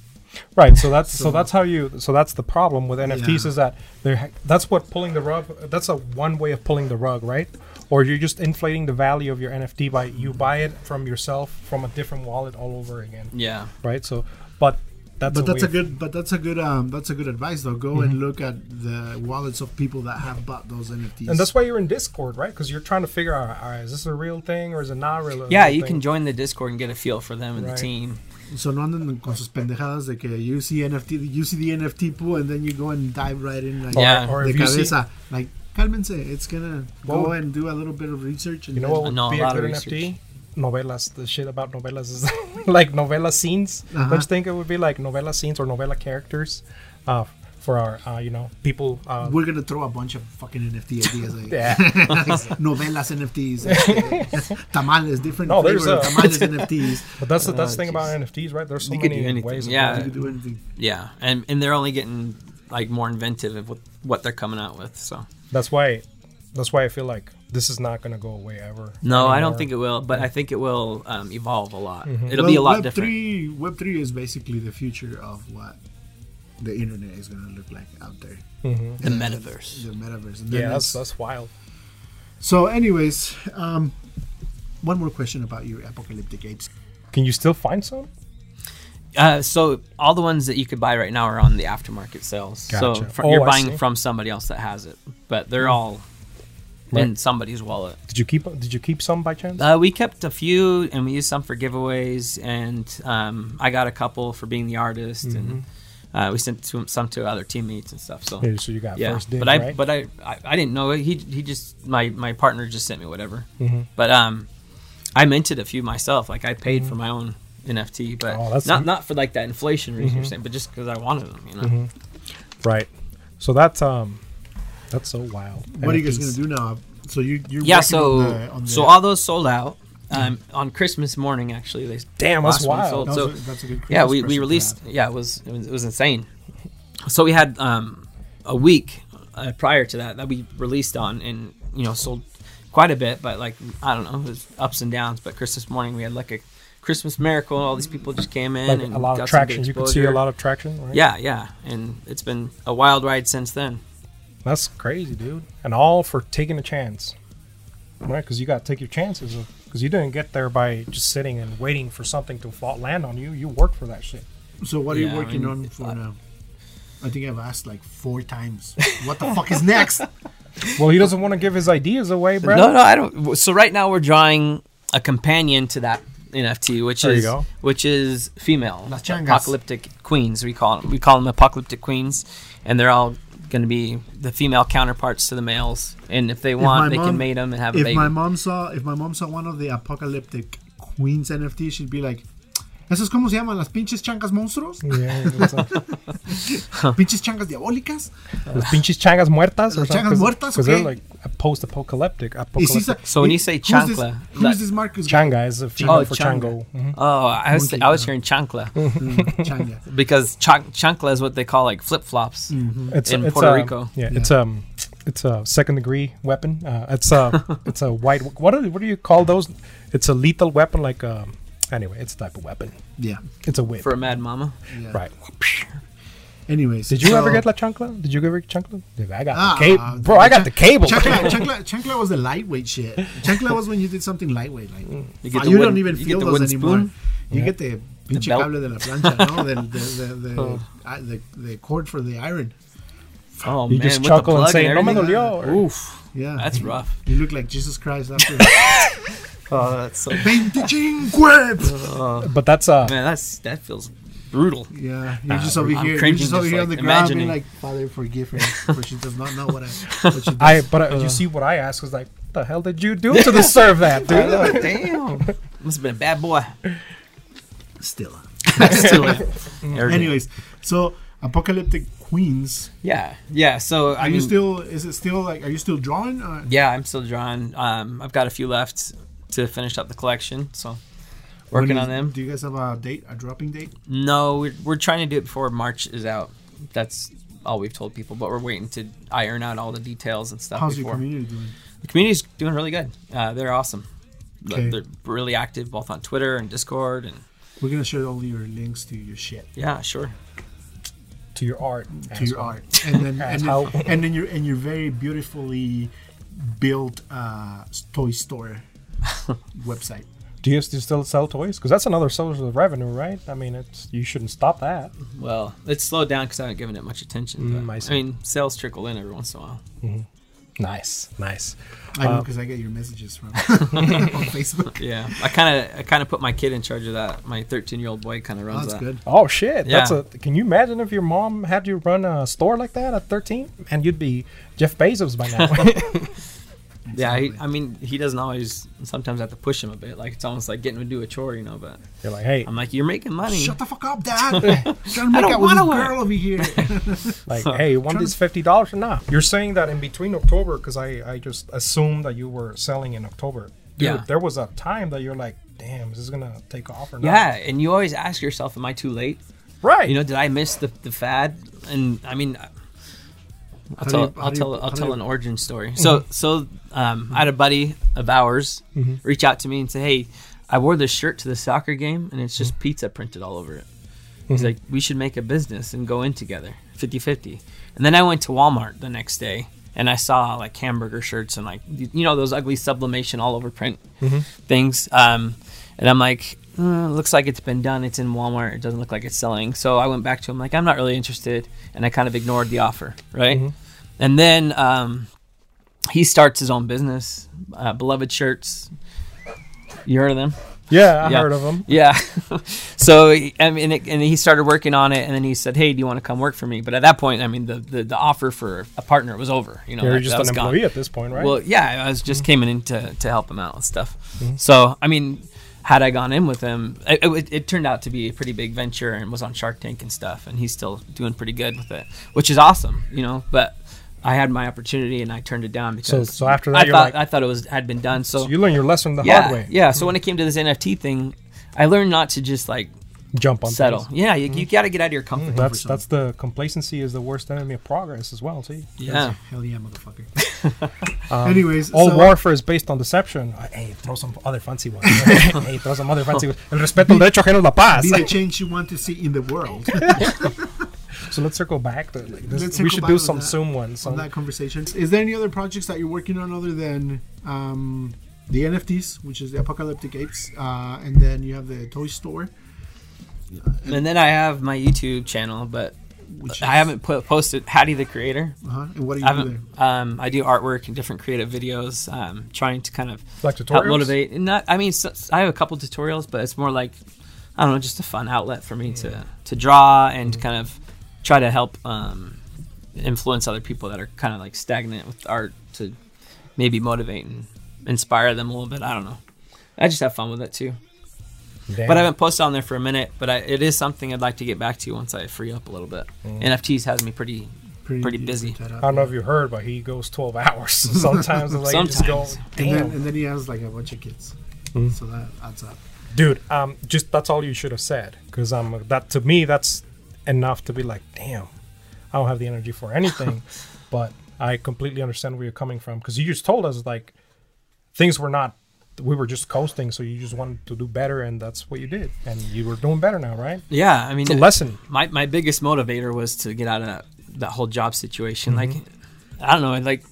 [SPEAKER 3] Right. So that's so, that's how you so that's the problem with NFTs
[SPEAKER 1] Yeah.
[SPEAKER 3] is that they're ha- that's what pulling the rug that's a one way of pulling the rug, right? Or you're just inflating the value of your NFT by you buy it from yourself from a different wallet all over again,
[SPEAKER 4] Yeah,
[SPEAKER 3] right? So, but that's Mm-hmm.
[SPEAKER 1] but that's a
[SPEAKER 3] way
[SPEAKER 1] good but that's a good um that's a good advice though go and look at the wallets of people that have bought those nfts
[SPEAKER 3] and that's why you're in Discord, right? Because you're trying to figure out, all right, is this a real thing or is it not real?
[SPEAKER 4] yeah,
[SPEAKER 3] real
[SPEAKER 4] you
[SPEAKER 3] thing?
[SPEAKER 4] can join the Discord and get a feel for them and
[SPEAKER 3] Right.
[SPEAKER 4] the team.
[SPEAKER 1] so no anden con sus pendejadas de que you see nft you see the nft pool and then you go and dive right in like
[SPEAKER 4] Yeah.
[SPEAKER 3] Or
[SPEAKER 1] de
[SPEAKER 3] if you see-
[SPEAKER 1] cabeza like cálmense it's gonna
[SPEAKER 3] Well-
[SPEAKER 1] go and do a little bit of research and
[SPEAKER 3] You know
[SPEAKER 1] then-
[SPEAKER 3] what would
[SPEAKER 4] know, a
[SPEAKER 3] be a,
[SPEAKER 4] lot of
[SPEAKER 3] good NFT? Novelas. The shit about novelas is like novella scenes.
[SPEAKER 1] Uh-huh.
[SPEAKER 3] Let's think it would be like novella scenes or novella characters uh, for our, uh, you know, people. Uh,
[SPEAKER 1] we're gonna throw a bunch of fucking NFT ideas. Like,
[SPEAKER 3] Yeah.
[SPEAKER 1] novelas NFTs, este, tamales, different
[SPEAKER 3] No, there's
[SPEAKER 1] flavors of
[SPEAKER 3] a-
[SPEAKER 1] tamales NFTs.
[SPEAKER 3] but that's the that's the thing
[SPEAKER 4] geez.
[SPEAKER 3] about
[SPEAKER 1] Oh,
[SPEAKER 3] NFTs, right? There's so
[SPEAKER 4] You could do
[SPEAKER 3] many
[SPEAKER 4] anything,
[SPEAKER 3] ways. of
[SPEAKER 4] yeah.
[SPEAKER 1] You
[SPEAKER 3] doing
[SPEAKER 1] could do anything.
[SPEAKER 4] Yeah, and and they're only getting like more inventive of what what they're coming out with. So
[SPEAKER 3] it. That's why. That's why I feel like this is not gonna go away ever.
[SPEAKER 4] no,
[SPEAKER 3] anymore.
[SPEAKER 4] I
[SPEAKER 3] Mm-hmm.
[SPEAKER 4] don't think it will, but I think it will um, evolve a lot. It'll
[SPEAKER 1] Well,
[SPEAKER 4] be a lot
[SPEAKER 1] Web
[SPEAKER 4] different.
[SPEAKER 1] Three, Web three is basically the future of what the internet is gonna look like out there,
[SPEAKER 4] The metaverse.
[SPEAKER 1] the metaverse. And then
[SPEAKER 3] Yeah, Mm-hmm. that's
[SPEAKER 1] it's-
[SPEAKER 3] that's wild.
[SPEAKER 1] so, anyways, um, one more question about your apocalyptic apes.
[SPEAKER 3] Can you still find some?
[SPEAKER 4] Uh, so all the ones that you could buy right now are on the aftermarket sales. So
[SPEAKER 3] Gotcha.
[SPEAKER 4] fr-
[SPEAKER 3] Oh,
[SPEAKER 4] you're
[SPEAKER 3] I
[SPEAKER 4] buying
[SPEAKER 3] see.
[SPEAKER 4] from somebody else that has it, but they're all in
[SPEAKER 3] Right.
[SPEAKER 4] somebody's wallet.
[SPEAKER 3] Did you keep Did you keep some by chance?
[SPEAKER 4] Uh, we kept a few, and we used some for giveaways, and um, I got a couple for being the artist, and
[SPEAKER 3] Mm-hmm.
[SPEAKER 4] uh, we sent to, some to other teammates and stuff. So
[SPEAKER 3] Yeah, so you got
[SPEAKER 4] yeah,
[SPEAKER 3] first dibs,
[SPEAKER 4] but I
[SPEAKER 3] right?
[SPEAKER 4] but I, I I didn't know he he just my my partner just sent me whatever,
[SPEAKER 3] Mm-hmm.
[SPEAKER 4] but um, I minted a few myself. Like I paid for my own NFT, but
[SPEAKER 3] Mm-hmm. Oh, that's- Mm-hmm.
[SPEAKER 4] not not for like that inflation reason you're saying, but just because I wanted them, you know.
[SPEAKER 3] right. So that's um, that's so wild.
[SPEAKER 1] What are you guys
[SPEAKER 3] NFTs.
[SPEAKER 1] gonna do now? So you, you're
[SPEAKER 4] Yeah,
[SPEAKER 1] working
[SPEAKER 4] so
[SPEAKER 1] on the, on the
[SPEAKER 4] so all those sold out. um, on Christmas morning. Actually, they
[SPEAKER 3] Mm-hmm. Damn, that's
[SPEAKER 4] last one
[SPEAKER 3] wild.
[SPEAKER 4] sold.
[SPEAKER 7] That
[SPEAKER 4] So
[SPEAKER 7] was a- that's a good
[SPEAKER 4] yeah,
[SPEAKER 7] Christmas
[SPEAKER 4] we,
[SPEAKER 7] present
[SPEAKER 4] we
[SPEAKER 7] to
[SPEAKER 4] released. Yeah, it was, it was it was insane. So we had um, a week uh, prior to that that we released on, and you know sold quite a bit. But like I don't know, it was ups and downs. But Christmas morning we had like a Christmas miracle. All these people just came in
[SPEAKER 3] Like
[SPEAKER 4] and
[SPEAKER 3] a lot
[SPEAKER 4] got
[SPEAKER 3] of
[SPEAKER 4] some good
[SPEAKER 3] traction. You could see a
[SPEAKER 4] exposure.
[SPEAKER 3] lot of traction, right?
[SPEAKER 4] Yeah, yeah, and it's been a wild ride since then.
[SPEAKER 3] That's crazy, dude. And all for taking a chance. Right? Because you got to take your chances. Because you didn't get there by just sitting and waiting for something to fall, land on you. You work for that shit.
[SPEAKER 1] So what are
[SPEAKER 4] Yeah, I
[SPEAKER 1] you working
[SPEAKER 4] mean,
[SPEAKER 1] on for now? I think I've asked like four times. What the fuck is next?
[SPEAKER 3] Well, he doesn't want to give his ideas away, bro.
[SPEAKER 4] No, no, I don't. So right now we're drawing a companion to that NFT, which
[SPEAKER 3] There you
[SPEAKER 4] is
[SPEAKER 3] go.
[SPEAKER 4] which is female
[SPEAKER 1] Las changas.
[SPEAKER 4] apocalyptic queens. We call them. we call them apocalyptic queens, and they're all going to be the female counterparts to the males. And if they
[SPEAKER 1] my
[SPEAKER 4] want, they
[SPEAKER 1] mom-
[SPEAKER 4] can mate them and have a
[SPEAKER 1] if
[SPEAKER 4] baby.
[SPEAKER 1] my mom saw if my mom saw one of the apocalyptic queens NFT, she'd be like, ¿Eso es como se llaman las pinches chancas monstruos?
[SPEAKER 3] Yeah, it's like,
[SPEAKER 1] Pinches chancas diabólicas.
[SPEAKER 3] Los pinches changas muertas.
[SPEAKER 1] Los changas muertas,
[SPEAKER 3] Because
[SPEAKER 1] okay.
[SPEAKER 3] they're like a post-apocalyptic.
[SPEAKER 1] Y sí sa-
[SPEAKER 3] Apocalyptic.
[SPEAKER 4] So when you say
[SPEAKER 1] who's this-
[SPEAKER 4] chancla,
[SPEAKER 1] who's
[SPEAKER 4] that-
[SPEAKER 1] this Marcus guy?
[SPEAKER 3] Changa is a female
[SPEAKER 4] Oh,
[SPEAKER 3] for
[SPEAKER 4] changa.
[SPEAKER 3] chango.
[SPEAKER 4] oh, I was
[SPEAKER 1] Monkey,
[SPEAKER 4] I was
[SPEAKER 1] yeah.
[SPEAKER 4] hearing chancla
[SPEAKER 3] Mm-hmm.
[SPEAKER 1] Changa.
[SPEAKER 4] because chan- chancla is what they call like flip flops.
[SPEAKER 1] Mm-hmm.
[SPEAKER 3] It's
[SPEAKER 4] In
[SPEAKER 3] it's
[SPEAKER 4] Puerto
[SPEAKER 3] a,
[SPEAKER 4] Rico.
[SPEAKER 3] Yeah, it's um, it's a second-degree weapon. Uh, it's a it's a white. What do what do you call those? It's a lethal weapon. Like um, anyway, it's a type of weapon.
[SPEAKER 1] Yeah.
[SPEAKER 3] It's a whip.
[SPEAKER 4] For a mad mama,
[SPEAKER 1] yeah.
[SPEAKER 3] Right.
[SPEAKER 1] Anyways.
[SPEAKER 3] Did you ever
[SPEAKER 1] so-
[SPEAKER 3] get La Chancla? Did you ever get chancla? Dude, I got
[SPEAKER 1] Ah,
[SPEAKER 3] the cable. Bro, I got the cable.
[SPEAKER 1] Chancla, chancla, chancla was the lightweight shit. Chancla was when you did something lightweight, like
[SPEAKER 4] You
[SPEAKER 1] you,
[SPEAKER 4] get the
[SPEAKER 1] Ah, you
[SPEAKER 4] wooden-
[SPEAKER 1] don't even
[SPEAKER 4] you get
[SPEAKER 1] feel
[SPEAKER 4] the
[SPEAKER 1] those
[SPEAKER 4] wooden
[SPEAKER 1] anymore.
[SPEAKER 4] spoon?
[SPEAKER 1] You get the pinche
[SPEAKER 4] belt.
[SPEAKER 1] cable de la plancha, no? the, the, the, the, uh, the, the cord for the iron.
[SPEAKER 4] oh
[SPEAKER 3] You
[SPEAKER 4] man,
[SPEAKER 3] just
[SPEAKER 4] with the
[SPEAKER 3] chuckle
[SPEAKER 4] plug
[SPEAKER 3] and say, no me
[SPEAKER 4] everything.
[SPEAKER 3] dolió. or-
[SPEAKER 4] Oof,
[SPEAKER 1] Yeah,
[SPEAKER 4] that's rough.
[SPEAKER 1] you look like Jesus Christ after
[SPEAKER 4] Oh, that's so man,
[SPEAKER 1] 25.
[SPEAKER 3] But that's uh,
[SPEAKER 4] that's that feels brutal.
[SPEAKER 1] Yeah, you're just over
[SPEAKER 4] I'm
[SPEAKER 1] here, you're
[SPEAKER 4] cringing
[SPEAKER 1] just over
[SPEAKER 4] just,
[SPEAKER 1] here on the
[SPEAKER 4] like,
[SPEAKER 1] ground, being
[SPEAKER 4] imagining.
[SPEAKER 1] like, Father, forgive her, for she does not know what I what she does.
[SPEAKER 3] I. But uh, you see what I ask is like, what the hell did you do to deserve that, dude?
[SPEAKER 4] Damn. Must have been a bad boy.
[SPEAKER 1] Still,
[SPEAKER 4] Still,
[SPEAKER 1] anyways, so apocalyptic queens.
[SPEAKER 4] Yeah. Yeah. So
[SPEAKER 1] Are
[SPEAKER 4] I
[SPEAKER 1] you
[SPEAKER 4] mean,
[SPEAKER 1] still? Is it still like? Are you still drawing? Or?
[SPEAKER 4] yeah, I'm still drawing. Um, I've got a few left to finish up the collection. So
[SPEAKER 1] When
[SPEAKER 4] working
[SPEAKER 1] is-
[SPEAKER 4] on them.
[SPEAKER 1] Do you guys have a date, a dropping date?
[SPEAKER 4] No, we're, we're trying to do it before March is out. That's all we've told people, but we're waiting to iron out all the details and stuff.
[SPEAKER 1] How's your
[SPEAKER 4] before.
[SPEAKER 1] community doing?
[SPEAKER 4] The community's doing really good. Uh, they're awesome. Like,
[SPEAKER 1] Okay.
[SPEAKER 4] They're really active both on Twitter and Discord. And
[SPEAKER 1] We're gonna share all your links to your shit,
[SPEAKER 4] yeah, sure.
[SPEAKER 3] To your art.
[SPEAKER 1] to your art, and then and
[SPEAKER 3] Asshole.
[SPEAKER 1] then, and then your and your very beautifully built uh, s- toy store website.
[SPEAKER 3] Do you do you still sell toys? Because that's another source of revenue, right? I mean, it's you shouldn't stop that.
[SPEAKER 4] Well, it's slowed down because I haven't given it much attention.
[SPEAKER 3] Mm,
[SPEAKER 4] but,
[SPEAKER 3] I
[SPEAKER 4] I,
[SPEAKER 3] see.
[SPEAKER 4] mean, sales trickle in every once in a while.
[SPEAKER 3] Nice, nice.
[SPEAKER 1] I know because I get your messages from on Facebook.
[SPEAKER 4] Uh, Yeah, I kind of I kind of put my kid in charge of that. My 13 year old boy kind of runs
[SPEAKER 1] That's
[SPEAKER 4] that.
[SPEAKER 1] good.
[SPEAKER 3] Oh shit, that's
[SPEAKER 4] Yeah.
[SPEAKER 3] a. Can you imagine if your mom had you run a store like that at 13, and you'd be Jeff Bezos by now?
[SPEAKER 4] Yeah, he,
[SPEAKER 1] Absolutely.
[SPEAKER 4] I mean he doesn't always. Sometimes I have to push him a bit. Like it's almost like getting him to do a chore, you know. But
[SPEAKER 3] You're like, hey,
[SPEAKER 4] I'm like, you're making money.
[SPEAKER 1] Shut the fuck up, Dad! Trying to make
[SPEAKER 4] don't
[SPEAKER 1] out with this
[SPEAKER 4] wanna work.
[SPEAKER 1] girl over here.
[SPEAKER 3] like, hey, you want
[SPEAKER 1] Trying
[SPEAKER 3] this fifty dollars or not? You're saying that in between October, because I I just assumed that you were selling in October. Dude,
[SPEAKER 4] Yeah.
[SPEAKER 3] there was a time that you're like, damn, is this gonna take off or not?
[SPEAKER 4] yeah, and you always ask yourself, am I too late?
[SPEAKER 3] right.
[SPEAKER 4] You know, did I miss the, the fad? And I mean, I- I'll
[SPEAKER 1] How do
[SPEAKER 4] tell
[SPEAKER 1] you- how
[SPEAKER 4] I'll
[SPEAKER 1] do
[SPEAKER 4] tell
[SPEAKER 1] you-
[SPEAKER 4] I'll
[SPEAKER 1] how do
[SPEAKER 4] tell
[SPEAKER 1] you- Mm-hmm.
[SPEAKER 4] an origin story. So so um, I had a buddy of ours reach out to me and say, hey, I wore this shirt to the soccer game and it's
[SPEAKER 1] Mm-hmm.
[SPEAKER 4] just pizza printed all over it. He's like, we should make a business and go in together, 50 50. And then I went to Walmart the next day and I saw like hamburger shirts and like, you you know, those ugly sublimation all over print
[SPEAKER 1] Mm-hmm.
[SPEAKER 4] things. Um, and I'm like, uh, looks like it's been done. It's in Walmart. It doesn't look like it's selling. So I went back to him, like, I'm not really interested. And I kind of ignored the offer, right?
[SPEAKER 1] Mm-hmm.
[SPEAKER 4] And then um, he starts his own business, uh, Beloved Shirts. You heard of them?
[SPEAKER 3] yeah, I
[SPEAKER 4] Yeah.
[SPEAKER 3] heard of them.
[SPEAKER 4] Yeah. so he- I mean, it, and he started working on it, and then he said, "Hey, do you want to come work for me?" But at that point, I mean, the the, the offer for a partner was over. You know,
[SPEAKER 3] You're
[SPEAKER 4] that-
[SPEAKER 3] just
[SPEAKER 4] that
[SPEAKER 3] an
[SPEAKER 4] was gone.
[SPEAKER 3] employee at this point, right? Mm-hmm.
[SPEAKER 4] Well, yeah, I was just came in to to help him out with stuff. So I mean, had I gone in with him, it, it, would- it turned out to be a pretty big venture and was on Shark Tank and stuff, and he's still doing pretty good with it, which is awesome, you know. But I had my opportunity and I turned it down because
[SPEAKER 3] So- so after that,
[SPEAKER 4] I
[SPEAKER 3] you're
[SPEAKER 4] thought
[SPEAKER 3] like-
[SPEAKER 4] I thought it was had been done. So,
[SPEAKER 3] You learn your lesson the
[SPEAKER 4] yeah,
[SPEAKER 3] hard way.
[SPEAKER 4] yeah. So when it came to this NFT thing, I learned not to just like
[SPEAKER 3] Jump on
[SPEAKER 4] settle.
[SPEAKER 3] things.
[SPEAKER 4] Yeah, you, you got to get out of your comfort. zone.
[SPEAKER 3] Mm-hmm. That's that's the complacency is the worst enemy of progress as well. See,
[SPEAKER 4] Yeah. Um,
[SPEAKER 1] Hell yeah, motherfucker. Anyways,
[SPEAKER 3] Um, all
[SPEAKER 1] so-
[SPEAKER 3] warfare is based on deception. Uh, Hey, throw some other fancy ones. hey, throw some other fancy ones. El respeto al derecho ajeno es la paz.
[SPEAKER 1] be the change you want to see in the world.
[SPEAKER 3] So let's circle back. To, like, this,
[SPEAKER 1] Let's
[SPEAKER 3] we
[SPEAKER 1] circle
[SPEAKER 3] should
[SPEAKER 1] back
[SPEAKER 3] do
[SPEAKER 1] on
[SPEAKER 3] some
[SPEAKER 1] that-
[SPEAKER 3] Zoom ones.
[SPEAKER 1] on
[SPEAKER 3] some-
[SPEAKER 1] that conversation. Is there any other projects that you're working on other than um, the NFTs, which is the Apocalyptic Apes, uh, and then you have the toy store?
[SPEAKER 4] And then I have my YouTube channel, but
[SPEAKER 1] Which
[SPEAKER 4] I haven't put posted Hattie the Creator.
[SPEAKER 1] Uh-huh. And what do
[SPEAKER 4] I
[SPEAKER 1] you do there?
[SPEAKER 4] haven't. Um, I do artwork and different creative videos, um, trying to kind of
[SPEAKER 3] Like
[SPEAKER 4] help
[SPEAKER 3] tutorials.
[SPEAKER 4] motivate. And not, I mean, s I I have a couple tutorials, but it's more like I don't know, just a fun outlet for me to to draw and kind of try to help um, influence other people that are kind of like stagnant with art to maybe motivate and inspire them a little bit. I don't know. I just have fun with it too.
[SPEAKER 3] Damn.
[SPEAKER 4] But I haven't posted on there for a minute. But I, it is something I'd like to get back to once I free up a little bit. NFTs has me pretty. pretty busy.
[SPEAKER 1] tied up.
[SPEAKER 3] I don't know if you heard, but he goes 12 hours. Sometimes, it's like, you just go,
[SPEAKER 1] And
[SPEAKER 4] Sometimes.
[SPEAKER 3] damn.
[SPEAKER 1] then, and then he has like a bunch of kids.
[SPEAKER 4] Mm-hmm.
[SPEAKER 1] So that adds up.
[SPEAKER 3] Dude, um, just that's all you should have said. Because um, that to me, that's enough to be like, damn, I don't have the energy for anything. but I completely understand where you're coming from. Because you just told us, like, things were not, we were just coasting. So you just wanted to do better. And that's what you did. And you were doing better now, right?
[SPEAKER 4] Yeah, I mean,
[SPEAKER 3] It's a lesson.
[SPEAKER 4] my, my biggest motivator was to get out of that, that whole job situation.
[SPEAKER 1] Mm-hmm.
[SPEAKER 4] Like, I don't know, like,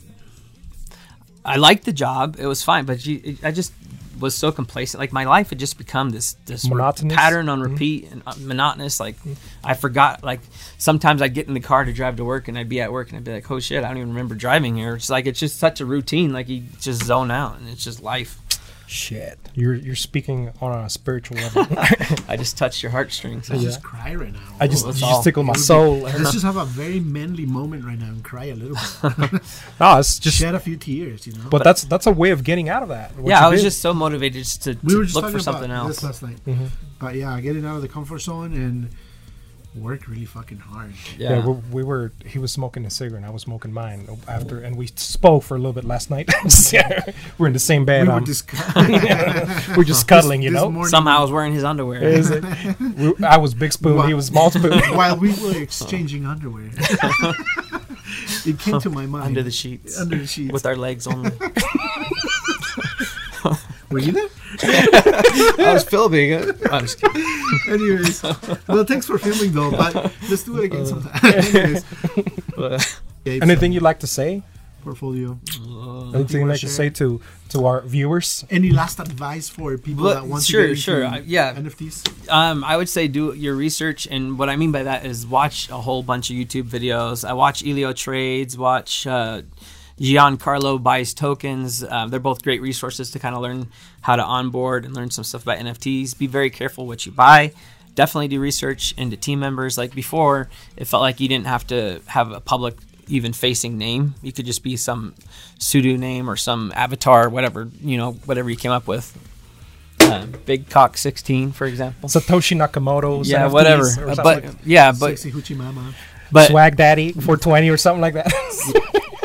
[SPEAKER 4] I liked the job; it was fine, but you, I just was so complacent. Like, my life had just become this this re-
[SPEAKER 3] Monotonous.
[SPEAKER 4] pattern on
[SPEAKER 1] Mm-hmm.
[SPEAKER 4] repeat and uh, monotonous. Like, I forgot. Like, sometimes I'd get in the car to drive to work, and I'd be at work, and I'd be like, "Oh shit, I don't even remember driving here." It's like it's just such a routine. Like, you just zone out, and it's just life.
[SPEAKER 3] Shit. You're, you're speaking on a spiritual level.
[SPEAKER 4] I just touched your heartstrings.
[SPEAKER 1] I just cry right now.
[SPEAKER 3] I just,
[SPEAKER 4] that's
[SPEAKER 3] you
[SPEAKER 4] all.
[SPEAKER 3] just tickle my soul.
[SPEAKER 1] Let's just have a very manly moment right now and cry a little bit.
[SPEAKER 3] No, it's just
[SPEAKER 1] Shed a few tears, you know.
[SPEAKER 3] But that's that's a way of getting out of that. what
[SPEAKER 4] yeah,
[SPEAKER 3] you
[SPEAKER 4] I was
[SPEAKER 3] did.
[SPEAKER 4] just so motivated just to,
[SPEAKER 1] we
[SPEAKER 4] to
[SPEAKER 1] were just
[SPEAKER 4] look
[SPEAKER 1] talking
[SPEAKER 4] for something
[SPEAKER 1] about
[SPEAKER 4] else. Mm-hmm.
[SPEAKER 1] this last night. But yeah, getting out of the comfort zone and work really fucking hard.
[SPEAKER 3] yeah. we, we were. He was smoking a cigarette, and I was smoking mine after, and we spoke for a little bit last night. Yeah, we're in the same bed.
[SPEAKER 1] We
[SPEAKER 3] um,
[SPEAKER 1] were
[SPEAKER 3] We're,
[SPEAKER 1] discussing.
[SPEAKER 3] just cuddling, you
[SPEAKER 1] this
[SPEAKER 3] know.
[SPEAKER 1] morning-
[SPEAKER 4] Somehow I was wearing his underwear.
[SPEAKER 3] Is it- we- I was big spoon. He
[SPEAKER 1] Wha-
[SPEAKER 3] was small spoon.
[SPEAKER 1] while we were exchanging underwear. it came to my mind.
[SPEAKER 4] under the sheets,
[SPEAKER 1] Under the sheets.
[SPEAKER 4] with our legs only.
[SPEAKER 1] were you there?
[SPEAKER 4] I was filming it. I'm just kidding.
[SPEAKER 1] Anyways, well, thanks for filming though, but let's do it
[SPEAKER 4] Uh,
[SPEAKER 1] again sometime. Anyways, yeah, it's
[SPEAKER 3] Anything you'd like to say?
[SPEAKER 1] portfolio.
[SPEAKER 4] Uh,
[SPEAKER 3] Anything you'd
[SPEAKER 1] wanna
[SPEAKER 3] like to
[SPEAKER 1] share?
[SPEAKER 3] say to to our viewers?
[SPEAKER 1] Any last advice for people
[SPEAKER 4] Well,
[SPEAKER 1] that want
[SPEAKER 4] sure,
[SPEAKER 1] to get into
[SPEAKER 4] sure, I- yeah.
[SPEAKER 1] NFTs?
[SPEAKER 4] um, I would say do your research, and what I mean by that is watch a whole bunch of YouTube videos. I watch Elio Trades, watch uh, Giancarlo buys tokens. Um, they're both great resources to kind of learn how to onboard and learn some stuff about NFTs. Be very careful what you buy. Definitely do research into team members. Like before, it felt like you didn't have to have a public even facing name. You could just be some pseudo name or some avatar, whatever you know, whatever you came up with. Uh, Big Cock 16, for example
[SPEAKER 3] Satoshi Nakamoto's
[SPEAKER 4] yeah,
[SPEAKER 3] NFTs
[SPEAKER 4] whatever.
[SPEAKER 3] or
[SPEAKER 4] Uh,
[SPEAKER 3] something
[SPEAKER 4] but
[SPEAKER 3] like-
[SPEAKER 4] yeah, but
[SPEAKER 1] Sexy hoochie mama.
[SPEAKER 4] but
[SPEAKER 3] Swag Daddy 420 or something like that.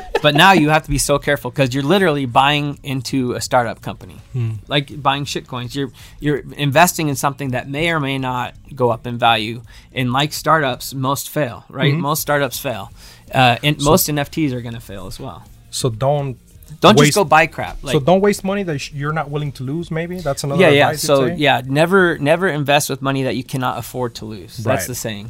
[SPEAKER 4] but now you have to be so careful because you're literally buying into a startup company,
[SPEAKER 3] Hmm.
[SPEAKER 4] like buying shit coins. You're you're investing in something that may or may not go up in value. And like startups, most fail, right?
[SPEAKER 3] Mm-hmm.
[SPEAKER 4] Most startups fail, uh, and most NFTs are going to fail as well.
[SPEAKER 3] so don't
[SPEAKER 4] Don't
[SPEAKER 3] waste,
[SPEAKER 4] just go buy crap. Like,
[SPEAKER 3] so don't waste money that sh- you're not willing to lose. Maybe that's another
[SPEAKER 4] yeah, yeah.
[SPEAKER 3] advice you'd
[SPEAKER 4] So
[SPEAKER 3] say?
[SPEAKER 4] yeah, never never invest with money that you cannot afford to lose. That's
[SPEAKER 3] Right.
[SPEAKER 4] the saying.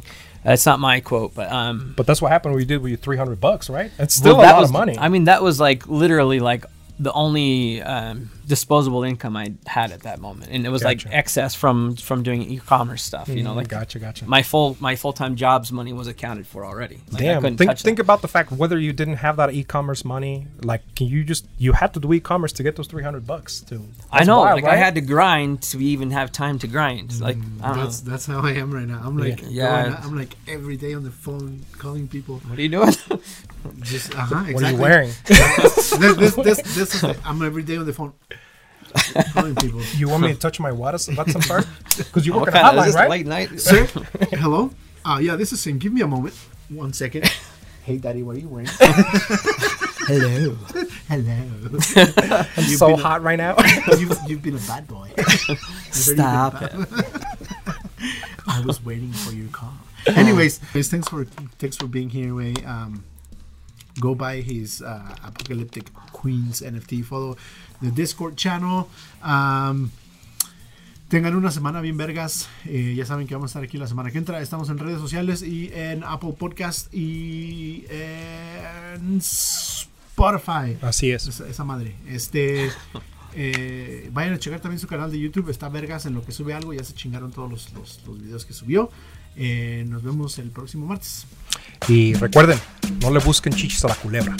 [SPEAKER 4] That's not my quote, but um,
[SPEAKER 3] But that's what happened when you did with your 300 bucks, right? It's still
[SPEAKER 4] Well,
[SPEAKER 3] a
[SPEAKER 4] that
[SPEAKER 3] lot
[SPEAKER 4] was,
[SPEAKER 3] of money.
[SPEAKER 4] I mean, that was like literally like the only um, disposable income I had at that moment, and it was like
[SPEAKER 3] Gotcha. Mm,
[SPEAKER 4] excess from from doing e-commerce stuff. You know, like
[SPEAKER 3] gotcha, gotcha.
[SPEAKER 4] my full my full time jobs money was accounted for already. Like, I
[SPEAKER 3] Damn,
[SPEAKER 4] couldn't
[SPEAKER 3] think
[SPEAKER 4] touch
[SPEAKER 3] think
[SPEAKER 4] that.
[SPEAKER 3] about the fact whether you didn't have that e-commerce money, like can you just you had to do e-commerce to get those 300 bucks too.
[SPEAKER 4] I know, like I had to grind to even have time to grind. Like
[SPEAKER 3] Mm,
[SPEAKER 4] I
[SPEAKER 3] Uh-huh.
[SPEAKER 4] don't
[SPEAKER 1] That's
[SPEAKER 4] know.
[SPEAKER 1] that's how I am right now. I'm like,
[SPEAKER 4] Yeah.
[SPEAKER 1] going out- I'm like every day on the phone calling people.
[SPEAKER 4] What are you doing?
[SPEAKER 1] Just uh huh. Exactly.
[SPEAKER 3] What are you wearing?
[SPEAKER 1] this, this, this, this is it. I'm every day on the phone calling people.
[SPEAKER 3] you want me to touch my Watson Watson part? Because you work at
[SPEAKER 4] what
[SPEAKER 3] a
[SPEAKER 4] kind of
[SPEAKER 3] hotline,
[SPEAKER 4] is this
[SPEAKER 3] right?
[SPEAKER 4] late night?
[SPEAKER 1] Sir, hello. Uh, yeah, this is Sim. Give me a moment. One second. "Hey, daddy, what are you wearing?"
[SPEAKER 4] Hello. Hello.
[SPEAKER 3] I'm so hot right now.
[SPEAKER 4] You've, you've been a bad boy. Stop. I was waiting for your call.
[SPEAKER 1] Anyways, Um, guys, thanks for thanks for being here. Way, um, go buy his uh, apocalyptic queens NFT. Follow the Discord channel. Um, tengan una semana bien vergas. Eh, ya saben que vamos a estar aquí la semana que entra. Estamos en redes sociales y en Apple Podcast y en Spotify.
[SPEAKER 3] Así es.
[SPEAKER 1] Esa, esa madre. Este. eh, vayan a checar también su canal de YouTube. Está vergas en lo que sube algo. Ya se chingaron todos los, los- los videos que subió. Eh, nos vemos el próximo martes.
[SPEAKER 3] Y recuerden, no le busquen chichis a la culebra.